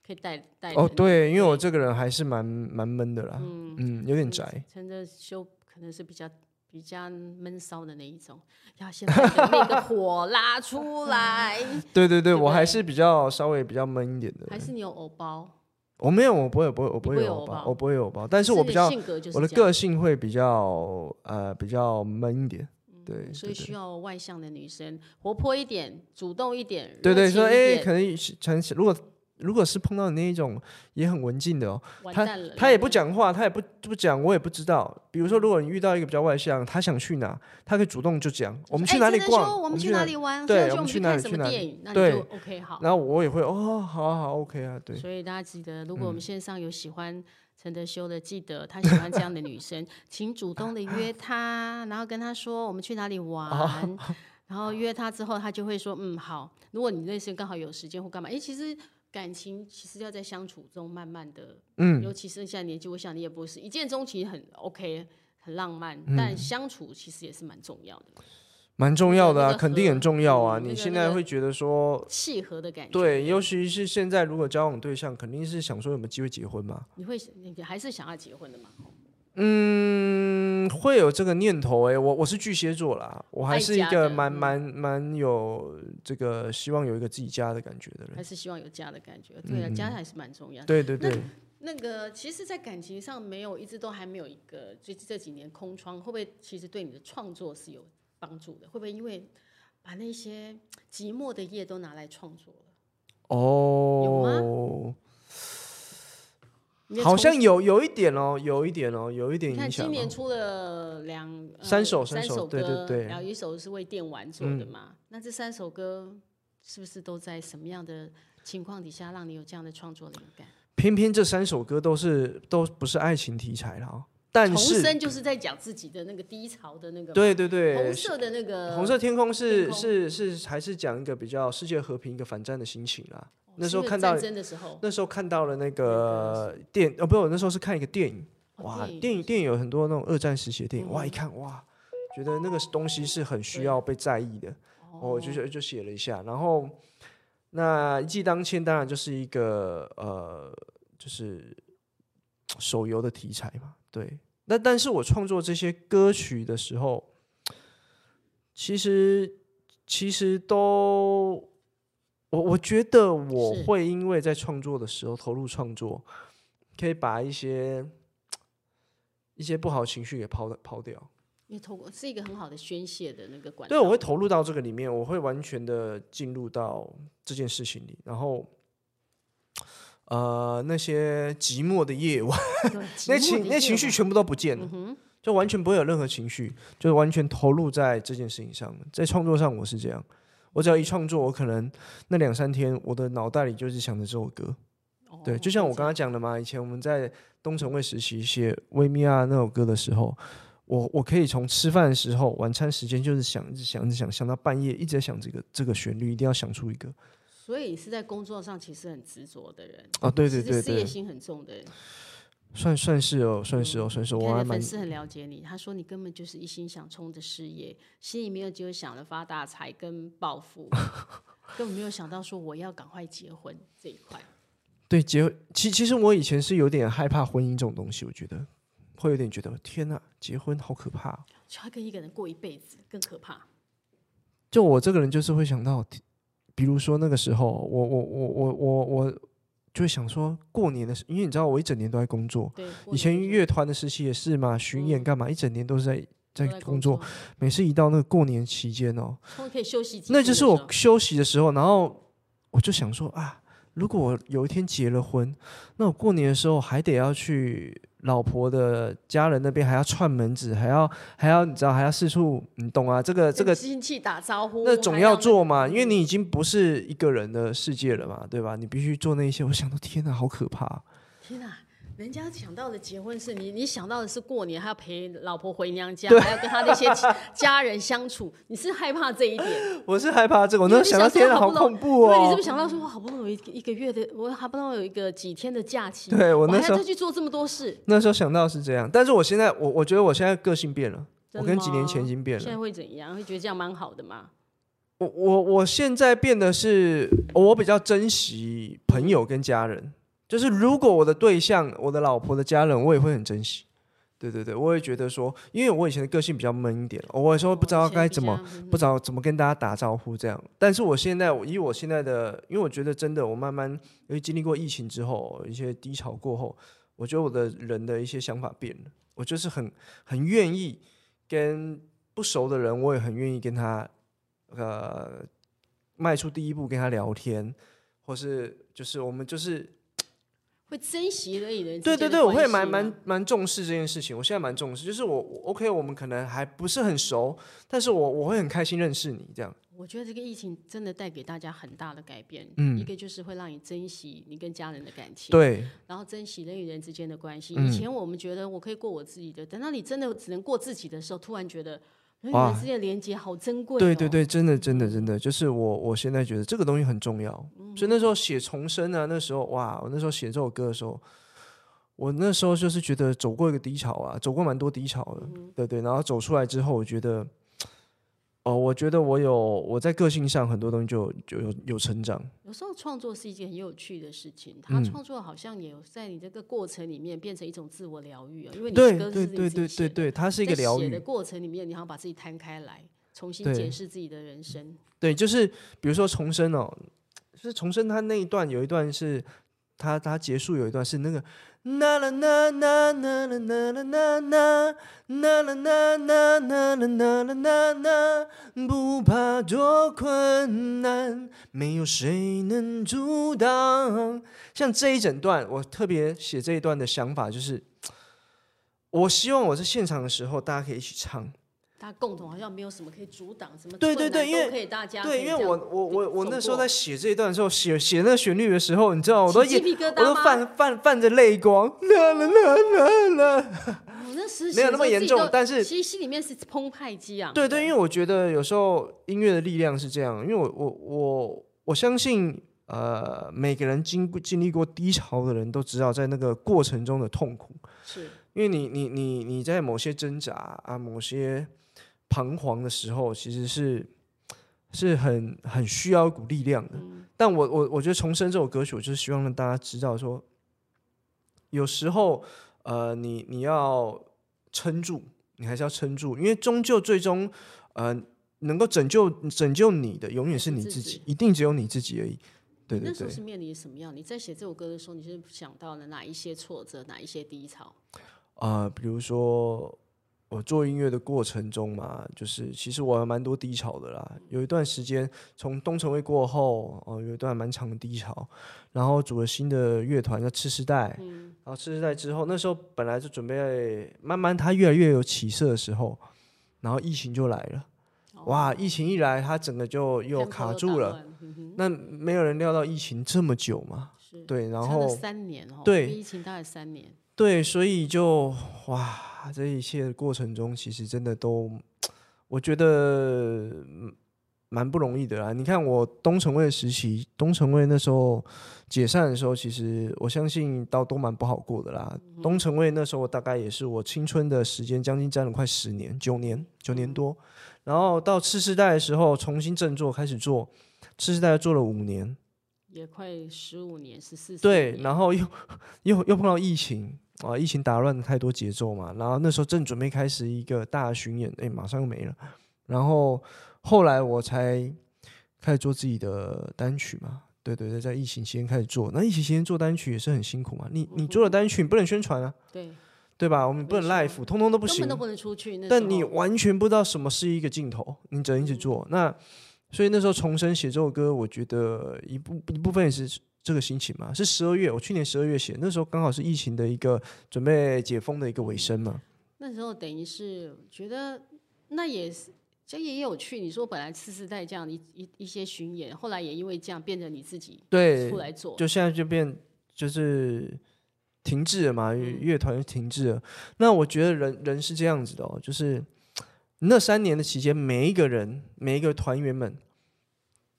Speaker 1: 可以带带
Speaker 3: 哦，
Speaker 1: 着你。
Speaker 3: 对，因为我
Speaker 1: 对
Speaker 3: 这个人还是蛮蛮闷的啦，嗯有点宅。
Speaker 1: 真的修可能是比较比较闷骚的那一种，要先把你的那个火拉出
Speaker 3: *laughs*
Speaker 1: 来。
Speaker 3: 对对对，
Speaker 1: 嗯对不
Speaker 3: 我还
Speaker 1: 对
Speaker 3: 是比较稍微比较闷一点的
Speaker 1: 还
Speaker 3: 人。
Speaker 1: 是你有偶包？
Speaker 3: 我没有，我不会，我不会，我不
Speaker 1: 不
Speaker 3: 会
Speaker 1: 会
Speaker 3: 有
Speaker 1: 有
Speaker 3: 偶
Speaker 1: 偶
Speaker 3: 包，
Speaker 1: 包
Speaker 3: 我不会有偶包，但是
Speaker 1: 可
Speaker 3: 我
Speaker 1: 你
Speaker 3: 比较
Speaker 1: 性格就是
Speaker 3: 我的
Speaker 1: 这样
Speaker 3: 个性会比较呃比较闷一点。对，
Speaker 1: 嗯所以
Speaker 3: 对
Speaker 1: 需要外向的女生，活泼一点，主动一点，
Speaker 3: 对
Speaker 1: 热
Speaker 3: 对，
Speaker 1: 情
Speaker 3: 说
Speaker 1: 一
Speaker 3: 哎，
Speaker 1: 点
Speaker 3: 可能是可能是如果如果是碰到你那一种也很文静的哦，
Speaker 1: 完
Speaker 3: 他
Speaker 1: 蛋了
Speaker 3: 他也
Speaker 1: 对
Speaker 3: 不讲话，他也不不讲，我也不知道。比如说，如果你遇到一个比较外向，他想去哪，他可以主动就讲，我们去哪里
Speaker 1: 哎真的
Speaker 3: 逛，
Speaker 1: 说我们去哪里玩，
Speaker 3: 对
Speaker 1: 所以我
Speaker 3: 我们
Speaker 1: 们
Speaker 3: 去
Speaker 1: 去
Speaker 3: 哪
Speaker 1: 看
Speaker 3: 里
Speaker 1: 什
Speaker 3: 去
Speaker 1: 么
Speaker 3: 哪
Speaker 1: 电影，那你
Speaker 3: 对
Speaker 1: 就 OK 好。
Speaker 3: 然后我也会哦，好啊好啊，OK 啊，对，嗯
Speaker 1: 所以大家记得，如果我们线上有喜欢陈德修的，记得他喜欢这样的女生， *laughs* 请主动的约她，然后跟她说我们去哪里
Speaker 3: 哦
Speaker 1: 玩，然后约她之后，她就会说嗯好。如果你那时候刚好有时间或干嘛，哎，其实感情其实要在相处中慢慢的，
Speaker 3: 嗯，
Speaker 1: 尤其是现在年纪，我想你也不是一见钟情很 OK。很浪漫，
Speaker 3: 嗯
Speaker 1: 但相处其实也是蛮重要的，
Speaker 3: 蛮重要的
Speaker 1: 那
Speaker 3: 啊，
Speaker 1: 个
Speaker 3: 肯定
Speaker 1: 和
Speaker 3: 很重要啊。
Speaker 1: 嗯那个
Speaker 3: 你现
Speaker 1: 那
Speaker 3: 在
Speaker 1: 个
Speaker 3: 会觉得说，
Speaker 1: 契合的感觉。嗯
Speaker 3: 对，尤其是现在如果交往对象，肯定是想说有没有机会结婚嘛，
Speaker 1: 你会你还是想要结婚的吗？
Speaker 3: 嗯，会有这个念头哎、我我是巨蟹座啦，我还
Speaker 1: 爱
Speaker 3: 是一
Speaker 1: 家
Speaker 3: 个
Speaker 1: 的
Speaker 3: 蛮
Speaker 1: 嗯
Speaker 3: 蛮蛮有这个希望有一个自己家的感觉的人
Speaker 1: 还，是希望有家的感觉？对啊，
Speaker 3: 嗯
Speaker 1: 家还是蛮重要的。
Speaker 3: 对对对。
Speaker 1: 那个，其实，在感情上没有，一直都还没有一个，最近这几年空窗，会不会其实对你的创作是有帮助的？会不会因为把那些寂寞的夜都拿来创作了？
Speaker 3: 哦，
Speaker 1: 你的
Speaker 3: 好
Speaker 1: 重
Speaker 3: 像有有一点哦，有一点哦，有一点
Speaker 1: 你看
Speaker 3: 影响、
Speaker 1: 今年
Speaker 3: 哦。
Speaker 1: 出了两、呃
Speaker 3: 三首三
Speaker 1: 三
Speaker 3: 首对
Speaker 1: 歌，
Speaker 3: 对对嗯
Speaker 1: 然后一首是为电玩做的嘛。那这三首歌是不是都在什么样的情况底下让你有这样的创作灵感？
Speaker 3: 偏偏这三首歌都是都不是爱情题材啦、哦，但
Speaker 1: 重
Speaker 3: 是
Speaker 1: 生就是在讲自己的那个低潮的那个嘛
Speaker 3: 对对对
Speaker 1: 红，色的那个
Speaker 3: 红色天空是
Speaker 1: 天空
Speaker 3: 是是还是讲一个比较世界和平一个反战的心情
Speaker 1: 哦
Speaker 3: 啦。那
Speaker 1: 是
Speaker 3: 时候
Speaker 1: 因为
Speaker 3: 看到
Speaker 1: 战争的时候，
Speaker 3: 那时候看到了那个电哦，不是，我那时候是看一个电影，
Speaker 1: 哦
Speaker 3: 哇，
Speaker 1: 电影
Speaker 3: 电影电影有很多那种二战时期的电
Speaker 1: 哦
Speaker 3: 影，哇，一看哇，觉得那个东西是很需要被在意的。哦，我就就就写了一下，然后那一骑当千当然就是一个呃，就是手游的题材嘛，对。那但是我创作这些歌曲的时候，其实其实都，我我觉得我
Speaker 1: 是
Speaker 3: 会因为在创作的时候投入创作，可以把一些一些不好的情绪给抛抛掉。
Speaker 1: 你透过是一个很好的宣泄的那个管道。
Speaker 3: 对，我会投入到这个里面，我会完全的进入到这件事情里，然后，呃，那些寂寞的夜晚，
Speaker 1: *laughs* 对
Speaker 3: 那
Speaker 1: 寂寞的
Speaker 3: 情
Speaker 1: 夜
Speaker 3: 那嗯情绪
Speaker 1: 晚嗯
Speaker 3: 全部都不见了，就完全不会有任何情绪，就是完全投入在这件事情上。在创作上，我是这样，我只要一创作，我可能那两三天，我的脑袋里就是想着这首歌。对，
Speaker 1: 哦
Speaker 3: 就像
Speaker 1: 会
Speaker 3: 我
Speaker 1: 这
Speaker 3: 刚
Speaker 1: 样
Speaker 3: 啊刚讲的嘛，以前我们在东城卫时期写《维米亚》那首歌的时候，我我可以从吃饭的时候、晚餐时间，就是想一直想、一直想，想到半夜，一直在想这个这个旋律，一定要想出一个。
Speaker 1: 所以你是在工作上其实很执着的人，
Speaker 3: 哦，对对
Speaker 1: 其实
Speaker 3: 对
Speaker 1: 事业
Speaker 3: 对，
Speaker 1: 心很重的人。
Speaker 3: 算算是哦，算是哦，算是哦
Speaker 1: 你嗯
Speaker 3: 我
Speaker 1: 看
Speaker 3: 还
Speaker 1: 你的
Speaker 3: 蛮
Speaker 1: 粉丝很了解你，他说你根本就是一心想冲着事业，心里没有只有想着发大财跟暴
Speaker 3: *laughs*
Speaker 1: 富，根本没有想到说我要赶快结婚这一块。
Speaker 3: 对结。其其实我以前是有点害怕婚姻这种东西，我觉得会有点觉得天呐，结婚好可怕哦、
Speaker 1: 就要跟一个人过一辈子更可怕。
Speaker 3: 就我这个人就是会想到，比如说那个时候，我我我我我我就会想说，过年的时候，因为你知道我一整年都在工作，
Speaker 1: 对，过
Speaker 3: 以前
Speaker 1: 年就
Speaker 3: 乐团的时期也是嘛，巡演干嘛，一整年都是在在
Speaker 1: 都在
Speaker 3: 工
Speaker 1: 工
Speaker 3: 作，，每次一到那个过年期间哦，
Speaker 1: 终于可以休息几天
Speaker 3: 那
Speaker 1: 的时候。
Speaker 3: 就是我休息的时候，然后我就想说啊，如果我有一天结了婚，那我过年的时候还得要去老婆的家人那边，还要串门子，还要还要你知道还要四处，你懂啊？这个这
Speaker 1: 跟
Speaker 3: 个
Speaker 1: 亲戚打招呼，
Speaker 3: 那总
Speaker 1: 还嗯
Speaker 3: 要
Speaker 1: 那
Speaker 3: 做嘛，因为你已经不是一个人的世界了嘛，对吧？你必须做那一些。我想到天哪，好可怕、
Speaker 1: 天啊，人家想到的结婚是你，你想到的是过年还要陪老婆回娘家
Speaker 3: 对，
Speaker 1: 还要跟她那些 *laughs* 家人相处，你是害怕这一
Speaker 3: *laughs*
Speaker 1: 点？
Speaker 3: *laughs* 我是害怕这个，我那时
Speaker 1: 因
Speaker 3: 候
Speaker 1: 为你想说
Speaker 3: 想到天哪，
Speaker 1: 好
Speaker 3: 好
Speaker 1: 不容
Speaker 3: 恐怖
Speaker 1: 因为你是
Speaker 3: 哦
Speaker 1: 不是！想到说，我好不容易一个一个月的，我好不容易有一个几天的假期，
Speaker 3: 对我
Speaker 1: 我
Speaker 3: 那
Speaker 1: 还
Speaker 3: 时
Speaker 1: 要
Speaker 3: 候
Speaker 1: 再去做这么多事，
Speaker 3: 那时候想到是这样，但是我现在，我我觉得我现在个性变了，
Speaker 1: 真
Speaker 3: 我
Speaker 1: 的
Speaker 3: 跟几年前已
Speaker 1: 吗
Speaker 3: 经变
Speaker 1: 现
Speaker 3: 了。
Speaker 1: 在会怎样？会觉得这样蛮好的嘛？
Speaker 3: 我我我现在变的是，我比较珍惜朋友跟家人，就是如果我的对象、我的老婆的家人，我也会很珍惜。对对对，我也觉得说，因为我以前的个性比较闷一点，我有时候不知
Speaker 1: 哦
Speaker 3: 道该怎么
Speaker 1: 我以前比较，
Speaker 3: 不知道怎么跟大家打招呼这样。但是我现在，我以我现在的，因为我觉得真的，我慢慢因为经历过疫情之后，一些低潮过后，我觉得我的人的一些想法变了。我就是很很愿意跟不熟的人，我也很愿意跟他呃迈出第一步跟他聊天，或是就是我们就是
Speaker 1: 会珍惜人与人之
Speaker 3: 对
Speaker 1: 间
Speaker 3: 对
Speaker 1: 的
Speaker 3: 对，我会
Speaker 1: 关系啊
Speaker 3: 蛮
Speaker 1: 吗
Speaker 3: 蛮蛮重视这件事情。我现在蛮重视，就是我我 OK，我们可能还不是很熟，但是我我会很开心认识你这样。
Speaker 1: 我觉得这个疫情真的带给大家很大的改变，
Speaker 3: 嗯
Speaker 1: 一个就是会让你珍惜你跟家人的感情，，
Speaker 3: 对
Speaker 1: 然后珍惜人与人之间的关系。
Speaker 3: 嗯
Speaker 1: 以前我们觉得我可以过我自己的，等到你真的只能过自己的时候，突然觉得人与
Speaker 3: 哇
Speaker 1: 人之间的连接好珍贵、哦。
Speaker 3: 对对，对，真的真的真的，就是我我现在觉得这个东西很重要。所以那
Speaker 1: 嗯
Speaker 3: 时候写重生啊，那时候哇，我那时候写这首歌的时候。我那时候就是觉得走过一个低潮啊，走过蛮多低潮的，
Speaker 1: 嗯
Speaker 3: 对对，然后走出来之后，我觉得，哦，我觉得我有我在个性上很多东西就就有有成长，
Speaker 1: 有时候创作是一件很有趣的事情，
Speaker 3: 嗯
Speaker 1: 它创作好像也有在你这个过程里面变成一种自我疗愈啊，因为你
Speaker 3: 对
Speaker 1: 的歌
Speaker 3: 对
Speaker 1: 是你
Speaker 3: 对
Speaker 1: 自己
Speaker 3: 对
Speaker 1: 写
Speaker 3: 对
Speaker 1: 的，
Speaker 3: 对，它是一个
Speaker 1: 在
Speaker 3: 疗
Speaker 1: 写
Speaker 3: 愈
Speaker 1: 的。过程里面，你好像把自己摊开来，重新
Speaker 3: 对
Speaker 1: 检视自己的人生。
Speaker 3: 对，就是比如说重生哦，就是重生，他那一段有一段是他他结束有一段是那个啦啦啦啦啦啦啦啦啦啦啦啦啦啦啦啦啦啦啦，不怕多困难，没有谁能阻挡。像这一整段，我特别写这一段的想法就是，我希望我在现场的时候，大家可以一起唱。
Speaker 1: 大家共同好像没有什么可以阻挡什么
Speaker 3: 对
Speaker 1: 困
Speaker 3: 对
Speaker 1: 难，
Speaker 3: 对因为
Speaker 1: 都可以大家可
Speaker 3: 对，
Speaker 1: 以
Speaker 3: 因为
Speaker 1: 这样
Speaker 3: 我我我我
Speaker 1: 走
Speaker 3: 那时候
Speaker 1: 过
Speaker 3: 在写这一段的时候，写写那个旋律的时候，你知道，我都
Speaker 1: 起鸡
Speaker 3: 眼
Speaker 1: 皮疙
Speaker 3: 我
Speaker 1: 瘩
Speaker 3: 都
Speaker 1: 吗？
Speaker 3: 泛泛泛着泪光，啦啦啦啦啦。
Speaker 1: 我那时
Speaker 3: 没有那么
Speaker 1: 写
Speaker 3: 严
Speaker 1: 的时
Speaker 3: 重
Speaker 1: 候自己都
Speaker 3: 但是
Speaker 1: 其实心里面是澎湃激昂的。
Speaker 3: 对对，因为我觉得有时候音乐的力量是这样，因为我我我我相信，呃，每个人经过经历过低潮的人都知道，在那个过程中的痛苦，
Speaker 1: 是
Speaker 3: 因为你你你你在某些挣扎啊、某些彷徨的时候，其实是是很很需要一股力量的。但我我我觉得《重生》这首歌曲，我就是希望让大家知道说，有时候呃，你你要撑住，你还是要撑住，因为终究最终呃，能够拯救拯救你的，永远是你
Speaker 1: 是
Speaker 3: 自
Speaker 1: 自
Speaker 3: 己
Speaker 1: 己，
Speaker 3: 一定只有你自己而已。对对
Speaker 1: 那时
Speaker 3: 对
Speaker 1: 候，是面临什么样？你在写这首歌的时候，你是想到了哪一些挫折，哪一些低潮？
Speaker 3: 啊、比如说我做音乐的过程中嘛，就是其实我还蛮多低潮的啦。有一段时间，从东城卫过后，哦、有一段蛮长的低潮。然后组了新的乐团叫次世代，
Speaker 1: 嗯
Speaker 3: 然后次世代之后，那时候本来就准备慢慢它越来越有起色的时候，然后疫情就来了。
Speaker 1: 哦
Speaker 3: 哇！疫情一来，它整个就又卡住了。
Speaker 1: tempo 都打乱，嗯哼
Speaker 3: 那没有人料到疫情这么久嘛？
Speaker 1: 是
Speaker 3: 对，然
Speaker 1: 差了
Speaker 3: 后
Speaker 1: 三年哦，
Speaker 3: 对
Speaker 1: 因为疫情大概三年，
Speaker 3: 对，所以就哇，啊，这一切的过程中，其实真的都，我觉得嗯蛮不容易的啦。你看我东城卫的时期，东城卫那时候解散的时候，其实我相信到都蛮不好过的啦。东城卫那时候大概也是我青春的时间，将近占了快十年，九年，九年多。然后到次世代的时候，重新振作，开始做次世代做了五年，
Speaker 1: 也快十五年，十四
Speaker 3: 对，然后又又又碰到疫情啊，疫情打乱了太多节奏嘛。然后那时候正准备开始一个大巡演，哎，马上又没了。然后后来我才开始做自己的单曲嘛。对对对，在疫情期间开始做，那疫情期间做单曲也是很辛苦嘛。你你做了单曲，你不能宣传啊，
Speaker 1: 对，
Speaker 3: 对吧？我们不能
Speaker 1: 没啊
Speaker 3: live，通通都不
Speaker 1: 根
Speaker 3: 行
Speaker 1: 本都。不能出去。那时
Speaker 3: 但你
Speaker 1: 候嗯
Speaker 3: 完全不知道什么是一个镜头，你只能一直做。那所以那时候重生写这首歌，我觉得一部一部分也是这个心情嘛。是十二月，我去年十二月写，那时候刚好是疫情的一个准备解封的一个尾声
Speaker 1: 嗯
Speaker 3: 嘛。
Speaker 1: 那时候等于是觉得那也是。这也有趣，你说本来次世代这样一一一些巡演，后来也因为这样变成你自己
Speaker 3: 对
Speaker 1: 出，来做，
Speaker 3: 就现在就变就是停滞了嘛，
Speaker 1: 嗯
Speaker 3: 乐乐团就停滞了。那我觉得人人是这样子的哦，就是那三年的期间，每一个人每一个团员们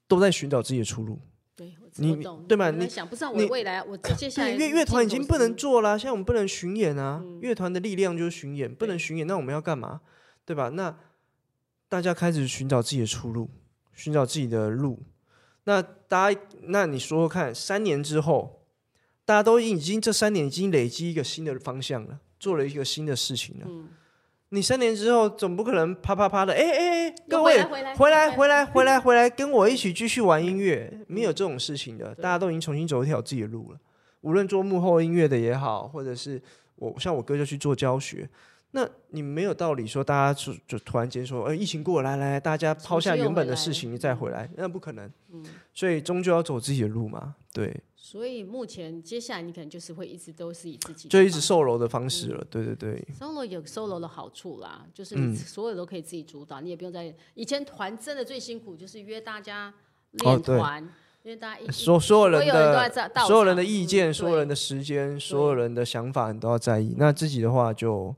Speaker 3: 都在寻找自己的出路。
Speaker 1: 对，我
Speaker 3: 你
Speaker 1: 我懂，
Speaker 3: 对吧
Speaker 1: 我在
Speaker 3: 你
Speaker 1: 想不知道我的
Speaker 3: 你
Speaker 1: 未来，我接下来
Speaker 3: 对，乐乐团已
Speaker 1: 镜头
Speaker 3: 经不能
Speaker 1: 是
Speaker 3: 做啦，现在我们不能巡演啊，
Speaker 1: 嗯
Speaker 3: 乐团的力量就是巡演，不能巡演，那我们要干嘛？对吧？那大家开始寻找自己的出路，寻找自己的路。那大家，那你说说看，三年之后，大家都已经这三年已经累积一个新的方向了，做了一个新的事情了。
Speaker 1: 嗯
Speaker 3: 你三年之后，总不可能啪啪啪的，哎哎哎，
Speaker 1: 又
Speaker 3: 各
Speaker 1: 回
Speaker 3: 位
Speaker 1: 来回来
Speaker 3: 回来
Speaker 1: *laughs* 回
Speaker 3: 回来回来回来，跟我一起继续玩音乐，没有这种事情的，
Speaker 1: 对
Speaker 3: 大家都已经重新走一条自己的路了。无论做幕后音乐的也好，或者是我像我哥就去做教学，那你没有道理说大家就就突然间说，呃，疫情过了来来，大家抛下
Speaker 1: 重新又
Speaker 3: 原本的
Speaker 1: 回来
Speaker 3: 事情再回来，那不可能。
Speaker 1: 嗯
Speaker 3: 所以终究要走自己的路嘛，对，
Speaker 1: 所以目前接下来你可能就是会一直都是以自己的
Speaker 3: 就一直
Speaker 1: 方嗯
Speaker 3: 受柔的方式了，对对对，
Speaker 1: solo 有 solo 的好处啦，就是
Speaker 3: 嗯
Speaker 1: 你所有都可以自己主导，你也不用再以前团真的最辛苦就是约大家
Speaker 3: 哦
Speaker 1: 练
Speaker 3: 对
Speaker 1: 团，因为大家一一
Speaker 3: 所所有人
Speaker 1: 所有人都在
Speaker 3: 的
Speaker 1: 在到场
Speaker 3: 所有人的
Speaker 1: 嗯
Speaker 3: 意见、所有
Speaker 1: 对嗯
Speaker 3: 人的时间、所有人的想法，你都要在意。那自己的话就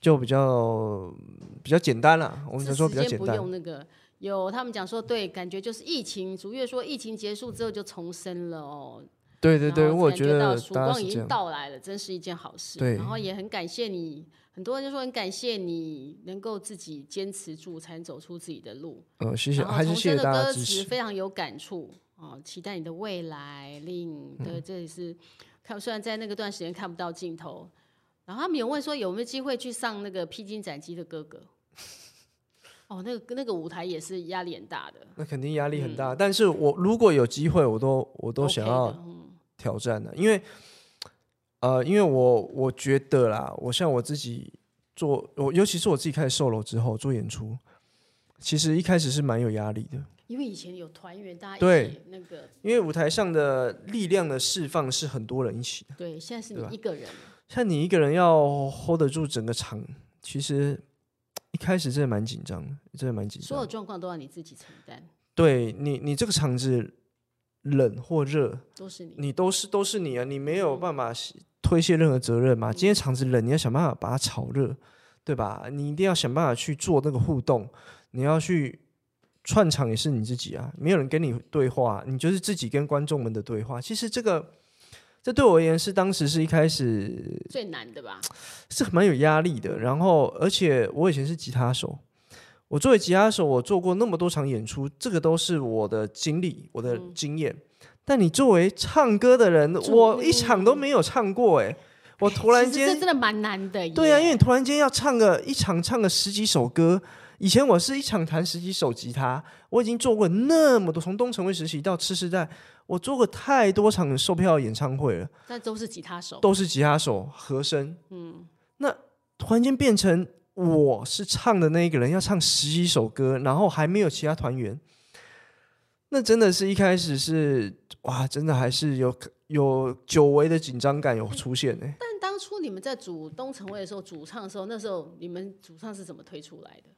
Speaker 3: 就比较比较简单了，我们只
Speaker 1: 这
Speaker 3: 能说
Speaker 1: 时
Speaker 3: 比较
Speaker 1: 间
Speaker 3: 简
Speaker 1: 不
Speaker 3: 单。
Speaker 1: 用那个。有他们讲说，对，感觉就是疫情。竹月说，疫情结束之后就重生了哦。
Speaker 3: 对对对，
Speaker 1: 然后
Speaker 3: 我
Speaker 1: 感
Speaker 3: 觉
Speaker 1: 觉到
Speaker 3: 得
Speaker 1: 曙
Speaker 3: 大家
Speaker 1: 光
Speaker 3: 是
Speaker 1: 已
Speaker 3: 这
Speaker 1: 经
Speaker 3: 样。
Speaker 1: 到来了，真是一件好事。
Speaker 3: 对
Speaker 1: 然后也很感谢你，很多人就说很感谢你能够自己坚持住，才能走出自己的路。
Speaker 3: 嗯，谢谢，
Speaker 1: 然后
Speaker 3: 还是
Speaker 1: 童
Speaker 3: 谢
Speaker 1: 真
Speaker 3: 谢
Speaker 1: 的
Speaker 3: 大家
Speaker 1: 歌
Speaker 3: 的支
Speaker 1: 词
Speaker 3: 持。
Speaker 1: 非常有感触哦，期待你的未来，令
Speaker 3: 嗯
Speaker 1: 对，这也是看，虽然在那个段时间看不到尽头。然后他们有问说有没有机会去上那个《披荆斩棘的哥哥》？哦，那个那个舞台也是压力很大的，
Speaker 3: 那肯定压力很大，但是我如果有机会，我都我都
Speaker 1: 嗯 OK
Speaker 3: 想
Speaker 1: 的
Speaker 3: 要
Speaker 1: 嗯
Speaker 3: 挑战的，因为呃，因为我我觉得啦，我像我自己做，我尤其是我自己开始售楼之后做演出，其实一开始是蛮有压力的。
Speaker 1: 因为以前有团员，大家一
Speaker 3: 对
Speaker 1: 起那个
Speaker 3: 因为舞台上的力量的释放是很多人一起的，
Speaker 1: 对，现在是
Speaker 3: 对吧
Speaker 1: 你一个人，
Speaker 3: 像你一个人要 hold 得住整个场，其实一开始真的蛮紧张的，真的蛮紧
Speaker 1: 所
Speaker 3: 张
Speaker 1: 有
Speaker 3: 的。
Speaker 1: 状况都要你自己承担，
Speaker 3: 对你，你这个场子冷或热，
Speaker 1: 都是你。
Speaker 3: 你都是都是你啊，你没有办法推卸任何责任嘛。今天场子冷，你要想办法把它炒热，对吧？你一定要想办法去做那个互动，你要去串场也是你自己啊，没有人跟你对话，你就是自己跟观众们的对话。其实这个。这对我而言是当时是一开始
Speaker 1: 最难的吧，
Speaker 3: 是蛮有压力的，然后而且我以前是吉他手，我作为吉他手，我做过那么多场演出，这个都是我的经历，我的经验。但你作为唱歌的人，
Speaker 1: 主
Speaker 3: 我一场都没有唱过哎、我突然
Speaker 1: 其 *laughs* 实这
Speaker 3: 间
Speaker 1: 真，的蛮难的耶。
Speaker 3: 对啊，因为你突然间要唱个一场唱个十几首歌，以前我是一场弹十几首吉他，我已经做过那么多，从东城卫实习到次世代，我做过太多场售票演唱会了。
Speaker 1: 但都是吉他手，
Speaker 3: 都是吉他手和声，嗯，那突然间变成我是唱的那一个人，要唱十几首歌，然后还没有其他团员，那真的是一开始是哇，真的还是有有久违的紧张感有出现欸呢、
Speaker 1: 但当初你们在主东城卫的时候，主唱的时候，那时候你们主唱是怎么推出来的？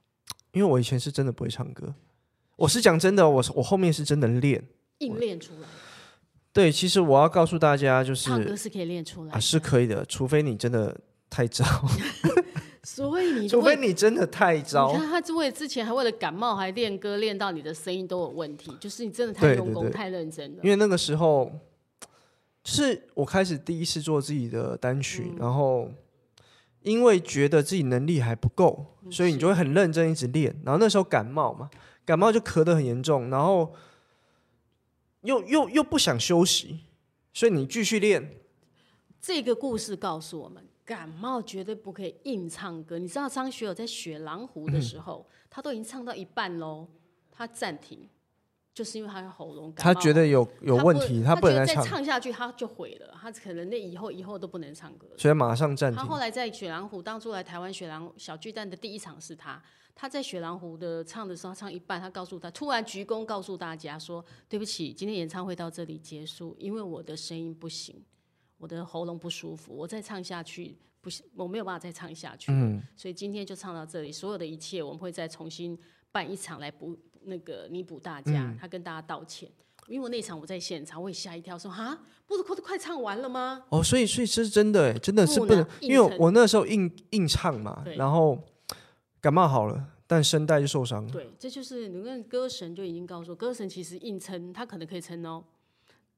Speaker 3: 因为我以前是真的不会唱歌，我是讲真的，我我后面是真的练。
Speaker 1: 硬练出来的，
Speaker 3: 对，其实我要告诉大家，就
Speaker 1: 唱歌
Speaker 3: 是
Speaker 1: 是可以练出来的。
Speaker 3: 啊是可以的，除非你真的太糟。
Speaker 1: 所以你
Speaker 3: 除非
Speaker 1: 为
Speaker 3: 你真的太
Speaker 1: 你
Speaker 3: 糟，
Speaker 1: 看他之为之前还为了感冒还练歌，练到你的声音都有问题，就是你真的太
Speaker 3: 对
Speaker 1: 用
Speaker 3: 对
Speaker 1: 功、
Speaker 3: 对
Speaker 1: 太认真了
Speaker 3: 因。为那个时候就是我开始第一次做自己的单曲，
Speaker 1: 嗯
Speaker 3: 然后因为觉得自己能力还不够，
Speaker 1: 嗯
Speaker 3: 所以你就会很认真一直练。然后那时候感冒嘛，感冒就咳得很严重，然后又又又不想休息，所以你继续练，
Speaker 1: 这个故事告诉我们，感冒绝对不可以硬唱歌。你知道张学友在学《狼湖》的时候，他都已经唱到一半喽，他暂停，就是因为他的喉咙感
Speaker 3: 他
Speaker 1: 冒。
Speaker 3: 觉得有有
Speaker 1: 他
Speaker 3: 问
Speaker 1: 不
Speaker 3: 题，
Speaker 1: 他
Speaker 3: 不
Speaker 1: 觉
Speaker 3: 能
Speaker 1: 得
Speaker 3: 再
Speaker 1: 再
Speaker 3: 唱，
Speaker 1: 唱下去他就毁了，他可能那以后以后都不能唱歌了。
Speaker 3: 所以马上暂
Speaker 1: 他
Speaker 3: 停。
Speaker 1: 后来在雪狼湖，当初来台湾雪狼小巨蛋的第一场是他。他在雪狼湖的唱的时候，他唱一半，他告诉他，突然鞠躬告诉大家说：“对不起，今天演唱会到这里结束，因为我的声音不行，我的喉咙不舒服，我再唱下去不行，我没有办法再唱下去。嗯，所以今天就唱到这里，所有的一切我们会再重新办一场来补那个弥补大家。
Speaker 3: 嗯
Speaker 1: 他跟大家道歉，因为我那场我在现场，我也吓一跳说：哈，不是都快唱完了吗？
Speaker 3: 哦，所以所以这是真的欸，真的是
Speaker 1: 不
Speaker 3: 不
Speaker 1: 能
Speaker 3: 能，
Speaker 1: 硬
Speaker 3: 因为
Speaker 1: 撑
Speaker 3: 我那时候硬硬唱嘛
Speaker 1: 对，
Speaker 3: 然后感冒好了，但声带就受伤了。
Speaker 1: 对，这就是你看歌神就已经告诉我，歌神其实硬撑，他可能可以撑哦，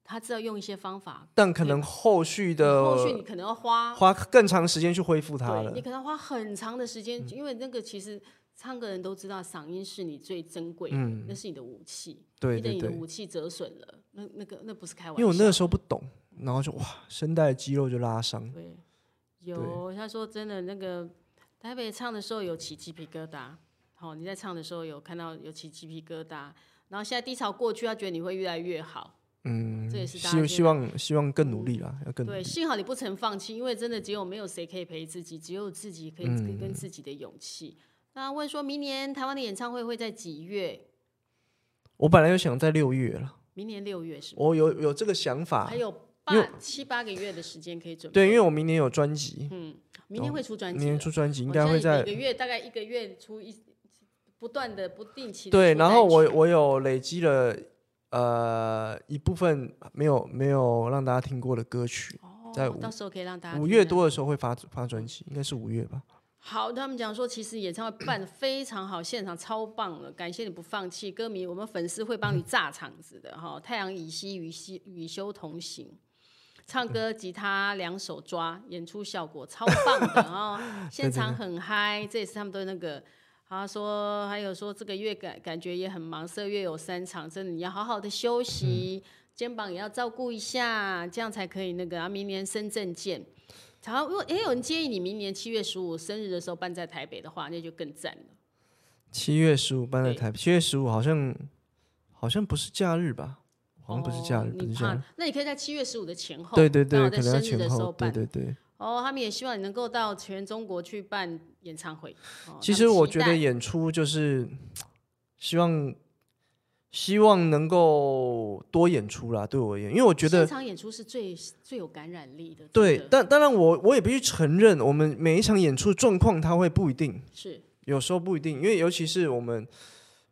Speaker 1: 他知道用一些方法，
Speaker 3: 但可能后续
Speaker 1: 你后续
Speaker 3: 的
Speaker 1: 你可能要花，
Speaker 3: 花更长时间去恢复它
Speaker 1: 对
Speaker 3: 了嗯
Speaker 1: 你。可能要花很长的时间，因为那个其实唱歌人都知道，嗓音是你最珍贵的，那是你的武器，
Speaker 3: 嗯对
Speaker 1: 一旦
Speaker 3: 对
Speaker 1: 你的
Speaker 3: 对，
Speaker 1: 武器折损了，那那个那不是开玩
Speaker 3: 因
Speaker 1: 笑，
Speaker 3: 为我那时候不懂，然后就哇，声带肌肉就拉伤。
Speaker 1: 对有他说真的那个台北唱的时候有起鸡皮疙瘩，好、你在唱的时候有看到有起鸡皮疙瘩，然后现在低潮过去，他觉得你会越来越好。
Speaker 3: 嗯
Speaker 1: 这也，是大家嗯
Speaker 3: 希
Speaker 1: 现
Speaker 3: 希望希望更努力啦，要更努
Speaker 1: 对，
Speaker 3: 力。
Speaker 1: 幸好你不曾放弃，因为真的只有没有谁可以陪自己，只有自己可以
Speaker 3: 嗯
Speaker 1: 跟跟自己的勇气。那问说明年台湾的演唱会会在几月？
Speaker 3: 我本来有想在六月了，
Speaker 1: 明年六月是吗？
Speaker 3: 我有有这个想法
Speaker 1: 还，有
Speaker 3: 因
Speaker 1: 八
Speaker 3: 为
Speaker 1: 七八个月的时间可以准备。
Speaker 3: 对，因为我明年有专辑，
Speaker 1: 明年会出嗯专
Speaker 3: 明
Speaker 1: 辑了，
Speaker 3: 年出专辑应
Speaker 1: 我
Speaker 3: 该
Speaker 1: 现
Speaker 3: 会在
Speaker 1: 每个月大概一个月出一，不断的不定期地
Speaker 3: 对，
Speaker 1: 出
Speaker 3: 然后
Speaker 1: 单曲
Speaker 3: 我我有累积了呃一部分没有没有让大家听过的歌曲，在
Speaker 1: 哦到时候可以让大家
Speaker 3: 五
Speaker 1: 听
Speaker 3: 月
Speaker 1: 到
Speaker 3: 多的时候会发发专辑，应该是五月吧。
Speaker 1: 好，他们讲说，其实演唱会办得非常好，现场超棒了，感谢你不放弃，歌迷，我们粉丝会帮你炸场子的哈。太阳以西，与西与修同行，唱歌、吉他两手抓，演出效果超棒的哦，现场很嗨，这也是他们都那个。他说，还有说这个月感感觉也很忙，这个月有三场，真的你要好好的休息，肩膀也要照顾一下，这样才可以那个。啊，明年深圳见。然后，如果也有人建议你明年七月十五生日的时候搬在台北的话，那就更赞了。
Speaker 3: 七月十五搬在
Speaker 1: 对
Speaker 3: 台北，七月十五好像好像不是假日吧？好像不是假日，
Speaker 1: 哦
Speaker 3: 不
Speaker 1: 你
Speaker 3: 是假
Speaker 1: 怕
Speaker 3: 日。？
Speaker 1: 那你可以在七月十五的前后，
Speaker 3: 对对
Speaker 1: 刚
Speaker 3: 对，
Speaker 1: 好在
Speaker 3: 可能
Speaker 1: 生
Speaker 3: 要
Speaker 1: 日的
Speaker 3: 前
Speaker 1: 时候
Speaker 3: 后。对
Speaker 1: 办。
Speaker 3: 对对，
Speaker 1: 哦，他们也希望你能够到全中国去办演唱会。哦
Speaker 3: 其
Speaker 1: 他们
Speaker 3: 实我
Speaker 1: 期
Speaker 3: 觉得
Speaker 1: 待
Speaker 3: 演出就是希望希望能够多演出啦，对我而言，因为我觉得
Speaker 1: 现场演出是最最有感染力的。
Speaker 3: 对
Speaker 1: 真，的
Speaker 3: 但当然我我也必须承认，我们每一场演出状况它会不一定，
Speaker 1: 是
Speaker 3: 有时候不一定，因为尤其是我们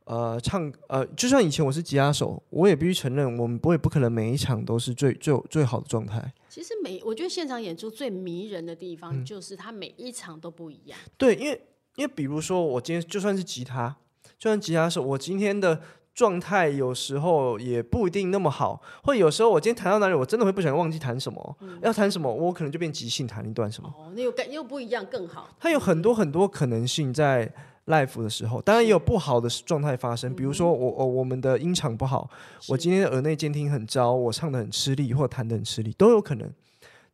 Speaker 3: 呃唱呃，就像以前我是吉他手，我也必须承认，我们我也不可能每一场都是最最最好的状态。
Speaker 1: 其实每我觉得现场演出最迷人的地
Speaker 3: 嗯
Speaker 1: 方，就是它每一场都不一样。
Speaker 3: 对，因为因为比如说我今天就算是吉他，就算吉他手，我今天的。状态有时候也不一定那么好，或者有时候我今天弹到哪里，我真的会不想忘记弹什么，要弹什么，我可能就变即兴弹一段什么。
Speaker 1: 哦，那又感又不一样，更好。
Speaker 3: 它有很多很多可能性在 life 的时候，当然也有不好的状态发生，比如说我我我们的音场不好，我今天的耳内监听很糟，我唱的很吃力或弹的很吃力都有可能。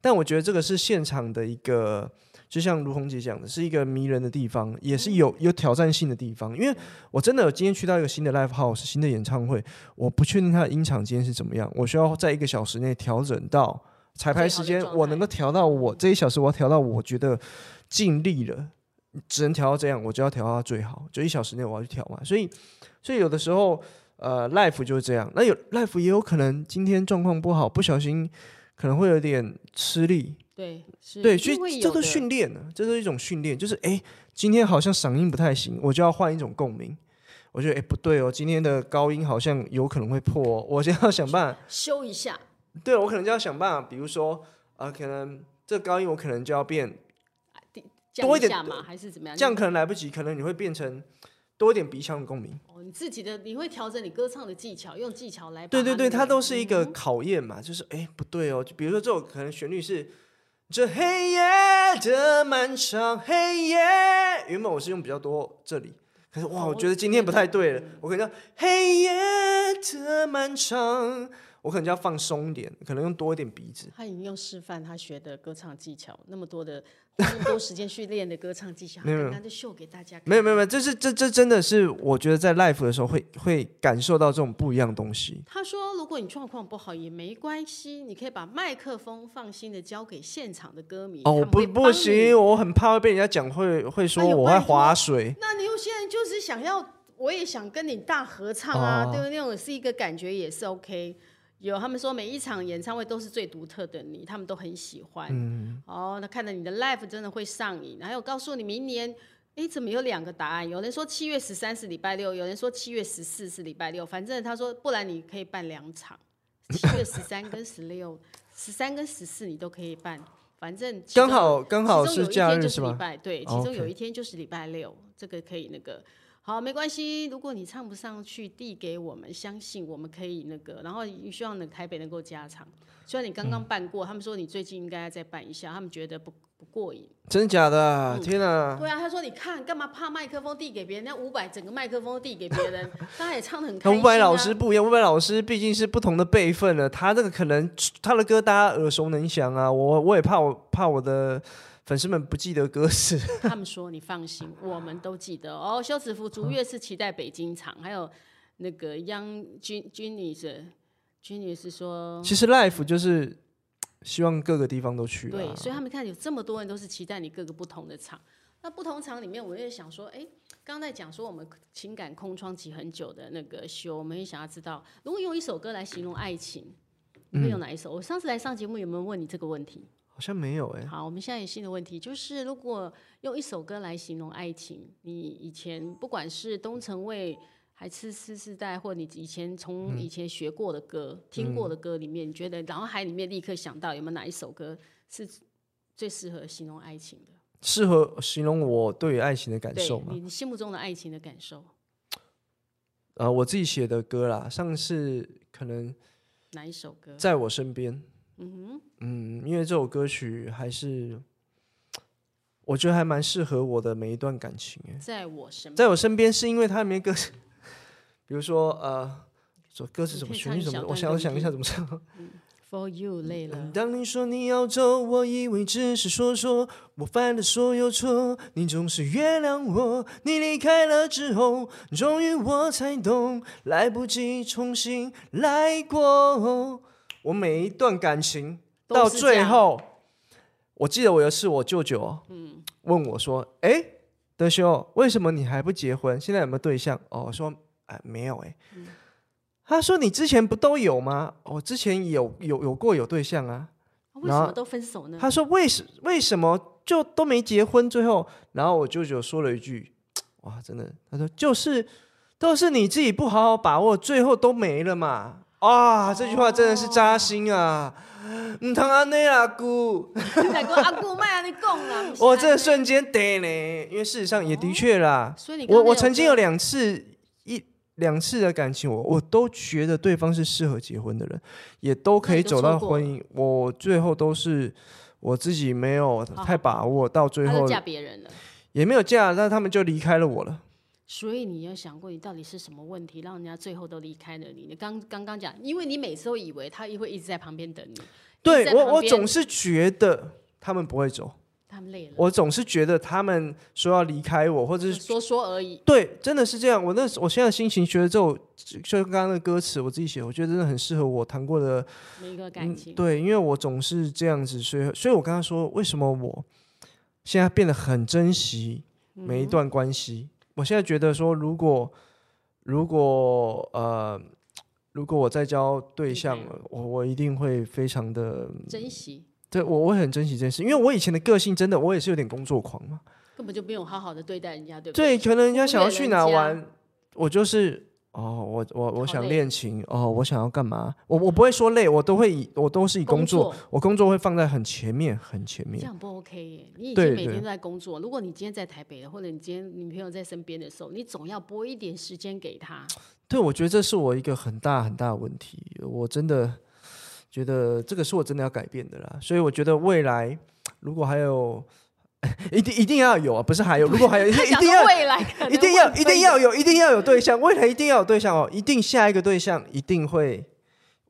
Speaker 3: 但我觉得这个是现场的一个，就像卢红姐讲的，是一个迷人的地方，也是有
Speaker 1: 嗯
Speaker 3: 有挑战性的地方。因为我真的有今天去到一个新的 live house、新的演唱会，我不确定它的音场今天是怎么样，我需要在一个小时内调整到彩排时
Speaker 1: 最
Speaker 3: 间
Speaker 1: 好的状，态
Speaker 3: 我能够调到我这一小时，我要调到我觉得尽力了，只能调到这样，我就要调到最好，就一小时内我要去调嘛。所以，所以有的时候，呃，life 就是这样。那有 life 也有可能今天状况不好，不小心可能会有点吃力，
Speaker 1: 对，是
Speaker 3: 对，
Speaker 1: 一定
Speaker 3: 所
Speaker 1: 会
Speaker 3: 以
Speaker 1: 有
Speaker 3: 这都
Speaker 1: 的
Speaker 3: 训练呢，这是一种训练，就是哎，诶今天好像嗓音不太行，我就要换一种共鸣。我觉得哎不对哦，今天的高音好像有可能会破、哦，我先要想办法
Speaker 1: 修一下。
Speaker 3: 对我可能就要想办法，比如说，呃，可能这个高音我可能就要变
Speaker 1: 降
Speaker 3: 多一点
Speaker 1: 下嘛，还是怎么样？
Speaker 3: 这样可能来不及，可能你会变成多一点鼻腔的共鸣。
Speaker 1: 哦，你自己的你会调整你歌唱的技巧，用技巧来把
Speaker 3: 对对对，
Speaker 1: 那
Speaker 3: 它都是一个
Speaker 1: 嗯
Speaker 3: 考验嘛，就是哎不对哦，就比如说这首可能旋律是呃这黑夜的漫长黑夜，原本我是用比较多这里，可是哇，
Speaker 1: 哦
Speaker 3: 我觉得今天不太对了，我可能要黑夜的漫长，我可能就要放松一点，可能用多一点鼻子。
Speaker 1: 他已经用示范他学的歌唱技巧，那么多的花那么多时间去练的歌唱技巧，他
Speaker 3: 没有
Speaker 1: 刚刚就秀给大家看。
Speaker 3: 没有没有没有，这是这这真的是我觉得在 l i f e 的时候会 *laughs* 会感受到这种不一样的东西。
Speaker 1: 他说：“如果你状况不好也没关系，你可以把麦克风放心的交给现场的歌迷。他
Speaker 3: 哦，
Speaker 1: 们
Speaker 3: 不
Speaker 1: 会
Speaker 3: 不
Speaker 1: 帮你。
Speaker 3: 行，我很怕会被人家讲会会说
Speaker 1: 哎呦
Speaker 3: 我在
Speaker 1: 拜托
Speaker 3: 划水。
Speaker 1: 那你有些人就是想要，我也想跟你大合唱啊，
Speaker 3: 哦
Speaker 1: 对不对？那种是一个感觉也是 OK。有他们说每一场演唱会都是最独特的你，他们都很喜欢。
Speaker 3: 嗯
Speaker 1: 哦，那看了你的 live 真的会上瘾。还有告诉你明年。”哎，怎么有两个答案？有人说七月十三是礼拜六，有人说七月十四是礼拜六。反正他说，不然你可以办两场。七月十三跟十六，十三跟十四你都可以办，反正其
Speaker 3: 刚
Speaker 1: 中
Speaker 3: 好刚好
Speaker 1: 其中有一
Speaker 3: 假
Speaker 1: 天
Speaker 3: 日
Speaker 1: 就是礼
Speaker 3: 吧？
Speaker 1: 拜对，其
Speaker 3: 哦
Speaker 1: 中有
Speaker 3: ，OK
Speaker 1: 一天就是礼拜六，这个可以那个。好，没关系。如果你唱不上去，递给我们，相信我们可以那个。然后希望能台北能够加场。虽然你
Speaker 3: 嗯
Speaker 1: 刚刚办过，他们说你最近应该再办一下，他们觉得不不过瘾。
Speaker 3: 真的假的啊？天啊！
Speaker 1: 对啊，他说你看干嘛怕麦克风递给别人？那五百整个麦克风递给别
Speaker 3: *laughs*
Speaker 1: 人，他也唱的很开
Speaker 3: 那
Speaker 1: 心、啊。
Speaker 3: 伍佰老师不一样，伍佰老师毕竟是不同的辈分了，他这个可能他的歌大家耳熟能详啊。我我也怕我怕我的粉丝们不记得歌词。
Speaker 1: 他们说你放
Speaker 3: *laughs*
Speaker 1: 心，我们都记得哦。休止符逐月是期待北京场，还有那个央军军女士，军女士说。
Speaker 3: 其实 life 就是希望各个地方都去
Speaker 1: 对
Speaker 3: 啊，。
Speaker 1: 所以他们看有这么多人都是期待你各个不同的场。那不同场里面，我也想说，哎，刚刚在讲说我们情感空窗期很久的那个修，我们也想要知道，如果用一首歌来形容爱情，你
Speaker 3: 嗯
Speaker 1: 会用哪一首？我上次来上节目有没有问你这个问题？
Speaker 3: 好像没有哎、
Speaker 1: 好，我们现在有新的问题，就是如果用一首歌来形容爱情，你以前不管是东城卫还是次世代，或你以前从
Speaker 3: 嗯
Speaker 1: 以前学过的歌、听过的歌里面，你觉得脑海里面立刻想到有没有哪一首歌是最适合形容爱情的？
Speaker 3: 适合形容我对于爱情的感
Speaker 1: 对
Speaker 3: 受嘛
Speaker 1: 你？你心目中的爱情的感受，
Speaker 3: 呃，我自己写的歌啦，上次可能
Speaker 1: 哪一首歌？
Speaker 3: 在我身边，
Speaker 1: 嗯
Speaker 3: 嗯，因为这首歌曲还是我觉得还蛮适合我的每一段感情哎、
Speaker 1: 哼，在我身边。
Speaker 3: 在我身边是因为它里面歌词， *laughs* 比如说呃，说歌词
Speaker 1: 你
Speaker 3: 怎么
Speaker 1: 可以
Speaker 3: 旋
Speaker 1: 唱
Speaker 3: 律
Speaker 1: 一
Speaker 3: 怎么
Speaker 1: 小
Speaker 3: 的，我
Speaker 1: 段给我
Speaker 3: 想要想一
Speaker 1: 听
Speaker 3: 下怎么
Speaker 1: *laughs*
Speaker 3: 唱。
Speaker 1: For you 累了，
Speaker 3: 当你说你要走，我以为只是说说，我犯了所有错，你总是原谅我。你离开了之后，终于我才懂，来不及重新来过。我每一段感情
Speaker 1: 都
Speaker 3: 到
Speaker 1: 是这
Speaker 3: 最
Speaker 1: 样
Speaker 3: 后，我记得我有一次我舅舅哦，
Speaker 1: 嗯
Speaker 3: 问我说：“哎，德修，为什么你还不结婚？现在有没有对象？”哦，我说：“哎，没有哎。
Speaker 1: 嗯
Speaker 3: 他说：“你之前不都有吗？哦我、之前有有有过有对象啊。
Speaker 1: 为
Speaker 3: 然
Speaker 1: 什
Speaker 3: 后
Speaker 1: 么都分手呢？
Speaker 3: 他说：“为什为什么就都没结婚？最后，然后我舅舅说了一句：‘哇，真的，他说就是都是你自己不好好把握，最后都没了嘛。’啊，这句话真的是扎心啊！唔通安内啦，姑。”
Speaker 1: 你来跟阿姑麦啊，你讲啦。
Speaker 3: 我这个瞬间得嘞，因为事实上也的确啦，
Speaker 1: 所以你刚
Speaker 3: 我
Speaker 1: 刚
Speaker 3: 我
Speaker 1: 那
Speaker 3: 曾
Speaker 1: 首
Speaker 3: 经
Speaker 1: 歌
Speaker 3: 有两次一两次的感情，我我都觉得对方是适合结婚的人，也都可
Speaker 1: 那
Speaker 3: 以
Speaker 1: 你就
Speaker 3: 走到
Speaker 1: 错过
Speaker 3: 婚姻，我最后都是我自己没有
Speaker 1: 好
Speaker 3: 太把握，到最
Speaker 1: 哦他
Speaker 3: 后
Speaker 1: 就嫁别人了。
Speaker 3: 也没有嫁，但他们就离开了我了。
Speaker 1: 所以你要想过，你到底是什么问题，让人家最后都离开了你？你刚刚刚讲，因为你每次都以为他也会一直在旁边等你，一直
Speaker 3: 对
Speaker 1: 在
Speaker 3: 我
Speaker 1: 旁
Speaker 3: 我
Speaker 1: 边
Speaker 3: 总是觉得他们不会走，
Speaker 1: 他们累了，
Speaker 3: 我总是觉得他们说要离开我，或者
Speaker 1: 就是说说而已。
Speaker 3: 对，真的是这样。我那时我现在心情觉得这首就就刚刚的歌词，我自己写，我觉得真的很适合我谈过的
Speaker 1: 每一个感情，
Speaker 3: 嗯对，因为我总是这样子，所以所以我跟他说，为什么我现在变得很珍惜每一
Speaker 1: 嗯
Speaker 3: 段关系？我现在觉得说，如果如果呃，如果我再交对
Speaker 1: 对
Speaker 3: 象了，我我一定会非常的，
Speaker 1: 珍惜
Speaker 3: 对我我会很珍惜这件事，因为我以前的个性真的，我也是有点工作狂嘛。
Speaker 1: 根本就没有好好的对待人家，对不
Speaker 3: 对，
Speaker 1: 对？
Speaker 3: 可能人家
Speaker 1: 忽
Speaker 3: 想要
Speaker 1: 略
Speaker 3: 去
Speaker 1: 人家
Speaker 3: 哪玩，我就是哦，我我我
Speaker 1: 好
Speaker 3: 想
Speaker 1: 累
Speaker 3: 练琴，哦，我想要干嘛？我我不会说累，我都会以我都是以工作，
Speaker 1: 工作
Speaker 3: 我工作会放在很前面，很前
Speaker 1: 这
Speaker 3: 面。
Speaker 1: 样不 OK 耶！你已
Speaker 3: 对
Speaker 1: 经每
Speaker 3: 对
Speaker 1: 天都在工作，如果你今天在台北了，或者你今天女朋友在身边的时候，你总要拨一点时间给她。
Speaker 3: 对，我觉得这是我一个很大很大的问题，我真的觉得这个是我真的要改变的啦。所以我觉得未来如果还有，一定一定要有啊，不是还有，如果还有， *laughs* 一定一
Speaker 1: 想
Speaker 3: 定
Speaker 1: 说
Speaker 3: 要
Speaker 1: 未来可
Speaker 3: *laughs*
Speaker 1: 能
Speaker 3: 一定要
Speaker 1: 会
Speaker 3: 一定要有一定要有对象，未来一定要有对象哦，一定下一个对象一定会，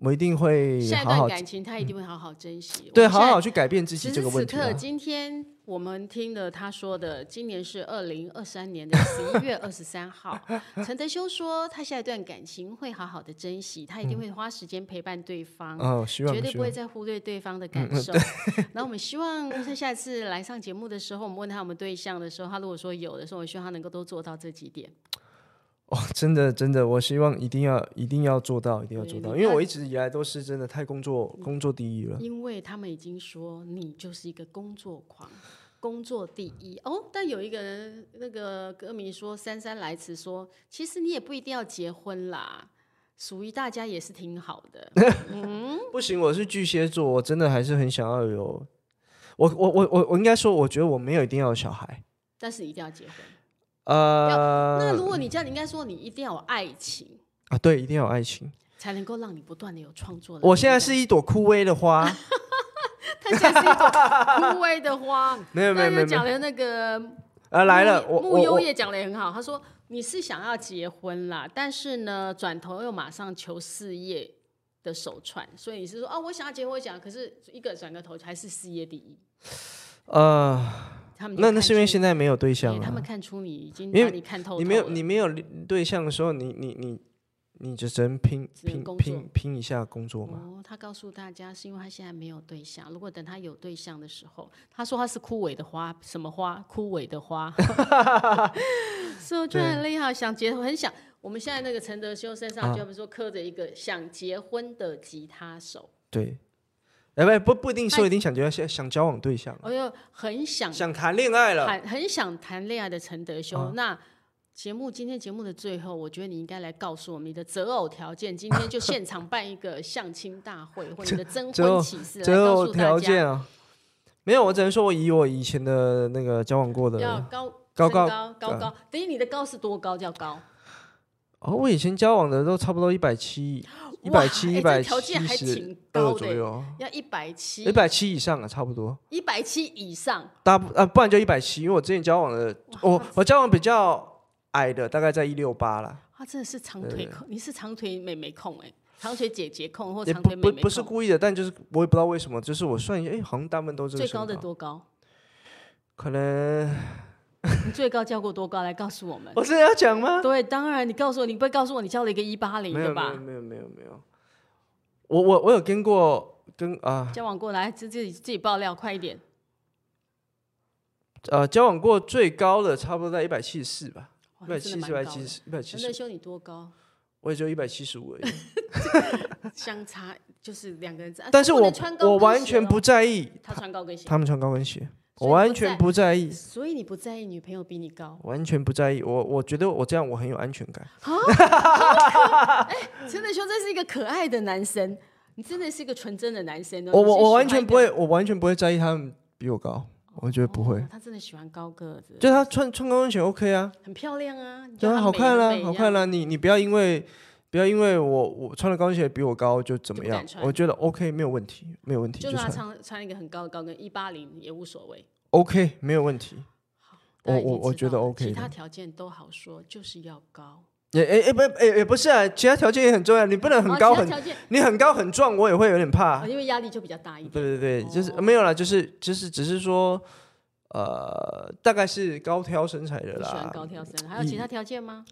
Speaker 3: 我一定会
Speaker 1: 下一
Speaker 3: 哎好
Speaker 1: 段
Speaker 3: 好
Speaker 1: 感情，他一定会好好珍惜。
Speaker 3: 对
Speaker 1: 我们
Speaker 3: 好
Speaker 1: 现在
Speaker 3: 好去改变自己
Speaker 1: 此
Speaker 3: 这
Speaker 1: 时
Speaker 3: 个
Speaker 1: 此
Speaker 3: 问题
Speaker 1: 刻，
Speaker 3: 啊。
Speaker 1: 今天我们听了他说的，今年是二零二三年的十一月二十三
Speaker 3: *laughs*
Speaker 1: 号。陈德修说，他下一段感情会好好的珍惜，他一定会花时间陪伴对方。
Speaker 3: 哦，希望
Speaker 1: 绝对
Speaker 3: 希
Speaker 1: 不会
Speaker 3: 望嗯
Speaker 1: 再忽略对方的感受。 *laughs* 然后我们希望他下次来上节目的时候，我们问他我们对象的时候，他如果说有的时候，我希望他能够都做到这几点。
Speaker 3: 哦， *laughs* 真的真的，我希望一定要一定要做到，一定要
Speaker 1: 对
Speaker 3: 做到，
Speaker 1: 你
Speaker 3: 因为
Speaker 1: 看
Speaker 3: 我一直以来都是真的太工作工作第一了。
Speaker 1: 因为他们已经说你就是一个工作狂，工作第一哦。但有一个人，那个歌迷说姗姗来迟说，其实你也不一定要结婚啦，属于大家也是挺好
Speaker 3: *laughs*
Speaker 1: 的。嗯
Speaker 3: 不行，我是巨蟹座，我真的还是很想要有。我我我我我应该说，我觉得我没有一定要有小孩。
Speaker 1: 但是一定要结婚。那
Speaker 3: 呃
Speaker 1: 如果你这样，你应该说你一定要有爱情，
Speaker 3: 啊，对，一定要有爱情。在
Speaker 1: 才能够让你不断的有创作的灵感。
Speaker 3: 我现在是一朵枯萎
Speaker 1: *laughs*
Speaker 3: 的花，
Speaker 1: 它现在是一朵 *laughs* 枯萎的花。
Speaker 3: *laughs* 没有没有
Speaker 1: 那
Speaker 3: 没
Speaker 1: 就
Speaker 3: 有没有
Speaker 1: 讲了那个
Speaker 3: 啊来了，
Speaker 1: 木
Speaker 3: 我
Speaker 1: 木
Speaker 3: 我
Speaker 1: 优
Speaker 3: 我
Speaker 1: 也讲的也很好，他说你是想要结婚啦，但是呢，转头又马上求事业的手串，所以你是说哦，我想要结婚，我想要，可是一个转个头还是事业第一。
Speaker 3: 呃，
Speaker 1: 他们就嗯
Speaker 3: 那
Speaker 1: 看
Speaker 3: 那是因为
Speaker 1: 出
Speaker 3: 现在没有对象
Speaker 1: 对他们
Speaker 3: 了。
Speaker 1: 看出你已经
Speaker 3: 因
Speaker 1: 把
Speaker 3: 为
Speaker 1: 你看透透
Speaker 3: 你没有
Speaker 1: 了
Speaker 3: 你没有对象的时候，你你你你就只能拼
Speaker 1: 只能
Speaker 3: 拼
Speaker 1: 工作
Speaker 3: 拼拼一下工作嘛。
Speaker 1: 哦，他告诉大家是因为他现在没有对象，如果等他有对象的时候，他说他是枯萎的花，什么花？枯萎的
Speaker 3: *laughs*
Speaker 1: 花，所以我觉得很厉害，想结婚，很想。我们现在那个陈德修身
Speaker 3: 啊
Speaker 1: 上，就不是说刻着一个想结婚的吉他手，
Speaker 3: 对，哎不不不一定
Speaker 1: 哎
Speaker 3: 说一定想交想想交往对象，
Speaker 1: 我又很想
Speaker 3: 想谈恋爱了。啊
Speaker 1: 谈很想谈恋爱的陈德修。那节目今天节目的最后，我觉得你应该来告诉我们你的择偶条件。今天就现场办一个相亲大会，或者你的征
Speaker 3: 择偶
Speaker 1: 婚启事，来
Speaker 3: 择
Speaker 1: 告
Speaker 3: 偶
Speaker 1: 诉大
Speaker 3: 条
Speaker 1: 家。
Speaker 3: 件啊，没有，我只能说我以我以前的那个交往过的
Speaker 1: 要高
Speaker 3: 高
Speaker 1: 身
Speaker 3: 高
Speaker 1: 高高高，等于你的高是多高叫
Speaker 3: *laughs*
Speaker 1: 高？
Speaker 3: 哦，我以前交往的都差不多一百七、一
Speaker 1: 哇
Speaker 3: 百七、一
Speaker 1: 哎
Speaker 3: 百
Speaker 1: 这条件还
Speaker 3: 七
Speaker 1: 挺
Speaker 3: 十二
Speaker 1: 高
Speaker 3: 左
Speaker 1: 的耶
Speaker 3: 右，
Speaker 1: 要一百七
Speaker 3: 一，百七以上啊，差不多。
Speaker 1: 一百七以上，
Speaker 3: 大部啊，不然就一百七，因为我之前交往的，我我交往比较矮的，大概在一六八啦，
Speaker 1: 他啊真的是长腿控，你是长腿妹妹控哎，长腿姐姐控或
Speaker 3: 也
Speaker 1: 长
Speaker 3: 不
Speaker 1: 腿妹
Speaker 3: 不
Speaker 1: 妹
Speaker 3: 不是
Speaker 1: 控。
Speaker 3: 故意的，但就是我也不知道为什么，就是我算一下，哎，好像大部分都是
Speaker 1: 最高的多高？ *laughs*
Speaker 3: 可能 *laughs*
Speaker 1: 你最高叫过多高？来告诉我们。
Speaker 3: 我真的要讲吗？
Speaker 1: 对，当然你告诉我，你不会告诉我你叫了一个一八零
Speaker 3: 没有
Speaker 1: 的
Speaker 3: 没有
Speaker 1: 吧？
Speaker 3: 没有没有没有，我我我有跟过跟啊。
Speaker 1: 交往过来，自自己自己爆料，快一点。
Speaker 3: 呃，交往过最高的差不多在一百七十四吧，
Speaker 1: 哇
Speaker 3: 一百
Speaker 1: 真的
Speaker 3: 七十、
Speaker 1: 蛮
Speaker 3: 一百
Speaker 1: 高
Speaker 3: 七
Speaker 1: 的
Speaker 3: 十、一百七
Speaker 1: 陈德
Speaker 3: 十，
Speaker 1: 修你多高？
Speaker 3: 我也就一百七十五而已。
Speaker 1: 相差就是两个人在，啊
Speaker 3: 但是
Speaker 1: 不能
Speaker 3: 我
Speaker 1: 穿高
Speaker 3: 我
Speaker 1: 跟
Speaker 3: 完
Speaker 1: 鞋
Speaker 3: 全
Speaker 1: 咯
Speaker 3: 不在意
Speaker 1: 他穿高跟鞋，
Speaker 3: 他们穿高跟鞋，
Speaker 1: 所
Speaker 3: 我
Speaker 1: 以
Speaker 3: 完
Speaker 1: 不
Speaker 3: 全
Speaker 1: 在
Speaker 3: 不在意，
Speaker 1: 所以你不在意女朋友比你高。
Speaker 3: 完全不在意。我我觉得我这样我很有安全感。
Speaker 1: 陈德修啊真是一个可爱的男生，你真的是一个纯真的男生哦。
Speaker 3: 我
Speaker 1: 你是
Speaker 3: 我我完
Speaker 1: 喜欢
Speaker 3: 全
Speaker 1: 一
Speaker 3: 不
Speaker 1: 个
Speaker 3: 会，我完全不会在意他们比我高，我觉得不会
Speaker 1: 哦。他真的喜欢高个子，
Speaker 3: 就他穿穿高跟鞋 OK 啊，
Speaker 1: 很漂亮啊，你
Speaker 3: 对
Speaker 1: 叫
Speaker 3: 啊，
Speaker 1: 她
Speaker 3: 好
Speaker 1: 美
Speaker 3: 看啦、
Speaker 1: 很美
Speaker 3: 好
Speaker 1: 一
Speaker 3: 看
Speaker 1: 样
Speaker 3: 啦、你你不要因为不要因为我我穿了高跟鞋比我高就
Speaker 1: 就
Speaker 3: 怎么
Speaker 1: 不敢
Speaker 3: 样，
Speaker 1: 穿
Speaker 3: 我觉得 OK 没有问题，没有问题
Speaker 1: 就
Speaker 3: 就
Speaker 1: 算他
Speaker 3: 穿
Speaker 1: 穿穿一个很高的高跟一八零也无所谓。
Speaker 3: OK 没有问题。
Speaker 1: 大家
Speaker 3: 我
Speaker 1: 已经
Speaker 3: 我我
Speaker 1: 知
Speaker 3: 觉得
Speaker 1: 道了
Speaker 3: OK
Speaker 1: 其
Speaker 3: 的
Speaker 1: 他条件都好说，就是要高，
Speaker 3: 也诶诶不诶也不是啊，其他条件也很重要，你不能很高啊
Speaker 1: 哦其他
Speaker 3: 很
Speaker 1: 条件、
Speaker 3: 你很高很壮，我也会有点怕
Speaker 1: 哦，。因为压力就比较大一点。
Speaker 3: 对对对，就是
Speaker 1: 哦
Speaker 3: 没有啦，就是就是只是说，呃，大概是高挑身材的
Speaker 1: 你喜欢
Speaker 3: 啦。嗯
Speaker 1: 高挑生，还有其他条件吗？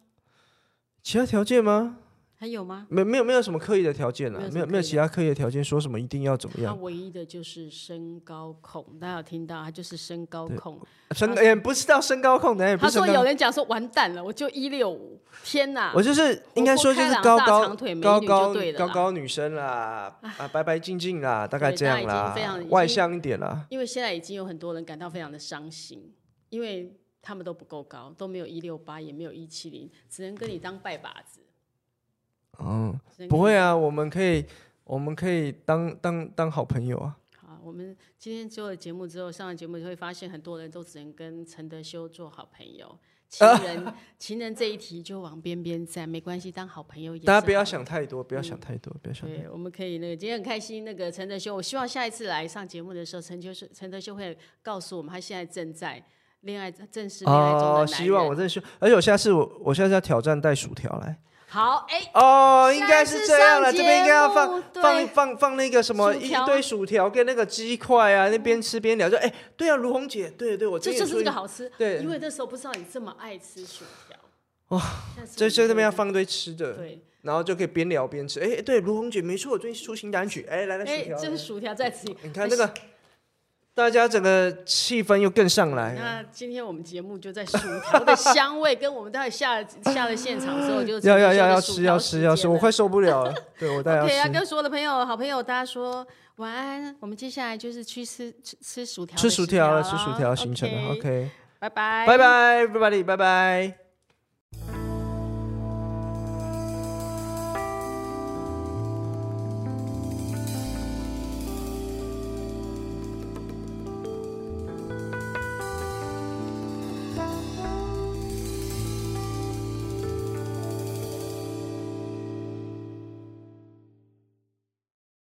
Speaker 3: 其他条件吗？
Speaker 1: 还有吗？
Speaker 3: 没没有没有什么刻意的条件啦
Speaker 1: 没有，什
Speaker 3: 没有
Speaker 1: 么
Speaker 3: 没有
Speaker 1: 刻意
Speaker 3: 其他刻意的条件，说什么一定要怎么
Speaker 1: 他
Speaker 3: 样？
Speaker 1: 唯一的就是身高控，大家有听到，他就是身高控。
Speaker 3: 身也不是到身高控的，哎也不
Speaker 1: 他
Speaker 3: 是身
Speaker 1: 说有
Speaker 3: 高，
Speaker 1: 人讲说完蛋了，我就一六五，天哪！
Speaker 3: 我就是应该说就
Speaker 1: 啊开
Speaker 3: 是
Speaker 1: 朗
Speaker 3: 高
Speaker 1: 大
Speaker 3: 高
Speaker 1: 长腿美
Speaker 3: 高
Speaker 1: 女就
Speaker 3: 高
Speaker 1: 对了
Speaker 3: 高
Speaker 1: 啦
Speaker 3: 高女生啦，啊白白净净啦，大概
Speaker 1: 对
Speaker 3: 这
Speaker 1: 大家
Speaker 3: 样
Speaker 1: 已经
Speaker 3: 啦
Speaker 1: 非常已，
Speaker 3: 外
Speaker 1: 经
Speaker 3: 向一点啦。
Speaker 1: 因为现在已经有很多人感到非常的伤心，因为他们都不够高，都没有一六八，也没有一七零，只能跟你当拜把子。
Speaker 3: 嗯，
Speaker 1: 真
Speaker 3: 不
Speaker 1: 开
Speaker 3: 会
Speaker 1: 心。
Speaker 3: 啊，我们可以，我们可以当当当好朋友啊。
Speaker 1: 好，我们今天做了节目之后，上了节目就会发现，很多人都只能跟陈德修做好朋友。情
Speaker 3: *laughs*
Speaker 1: 人，情人这一题就往边边站，没关系，当好嗯朋友也。
Speaker 3: 大家不要。想太多，不要想太多，不要想太多。
Speaker 1: 对，我们可以那个，今天很开心。那个陈德修，我希望下一次来上节目的时候，陈就是陈德修会告诉我们，他现在正在恋爱，正式恋爱中的男
Speaker 3: 哦，
Speaker 1: 人。
Speaker 3: 希望我真的希望，而且我下次我我下次要挑战带薯条来。
Speaker 1: 好，哎、
Speaker 3: 哦，应
Speaker 1: 下
Speaker 3: 该
Speaker 1: 次
Speaker 3: 是这样了，
Speaker 1: 上
Speaker 3: 这边应该要
Speaker 1: 节
Speaker 3: 放
Speaker 1: 目对
Speaker 3: 放放放那个什么
Speaker 1: 薯
Speaker 3: 一
Speaker 1: 条啊
Speaker 3: 堆薯条跟那个鸡块啊，那边吃边聊，就哎，对啊，卢红姐，对对，我
Speaker 1: 这
Speaker 3: 之前
Speaker 1: 就是
Speaker 3: 说
Speaker 1: 这个
Speaker 3: 你
Speaker 1: 好吃。
Speaker 3: 对
Speaker 1: 因为那时候不知道你这么爱吃薯条。哇，
Speaker 3: 这这
Speaker 1: 这
Speaker 3: 那边要。放堆吃的，
Speaker 1: 对，
Speaker 3: 然后就可以边聊边吃。哎，对，卢红姐，没错，我最近出新单曲，哎，来来
Speaker 1: 哎
Speaker 3: 薯，条
Speaker 1: 这
Speaker 3: 来
Speaker 1: 个，薯条在此。
Speaker 3: 你看这个，大家整个气氛又更上来了。
Speaker 1: 那今天我们节目就在薯条的香味跟我们到底下了下了现场之后，就
Speaker 3: 要要要
Speaker 1: 陈德
Speaker 3: 要吃
Speaker 1: 修
Speaker 3: 要
Speaker 1: 的薯条时
Speaker 3: 吃
Speaker 1: 间
Speaker 3: 要吃，我
Speaker 1: 了
Speaker 3: 快受
Speaker 1: *laughs*
Speaker 3: 不了了。对我大家
Speaker 1: OK 啊，
Speaker 3: 要吃
Speaker 1: 跟所有的朋友、好朋友，大家说晚安。我们接下来就是去吃吃吃薯条的
Speaker 3: 吃
Speaker 1: 时
Speaker 3: 薯
Speaker 1: 间
Speaker 3: 条
Speaker 1: 了，
Speaker 3: 了，吃薯条形成的。OK，
Speaker 1: 拜拜，
Speaker 3: 拜。拜，everybody，拜拜。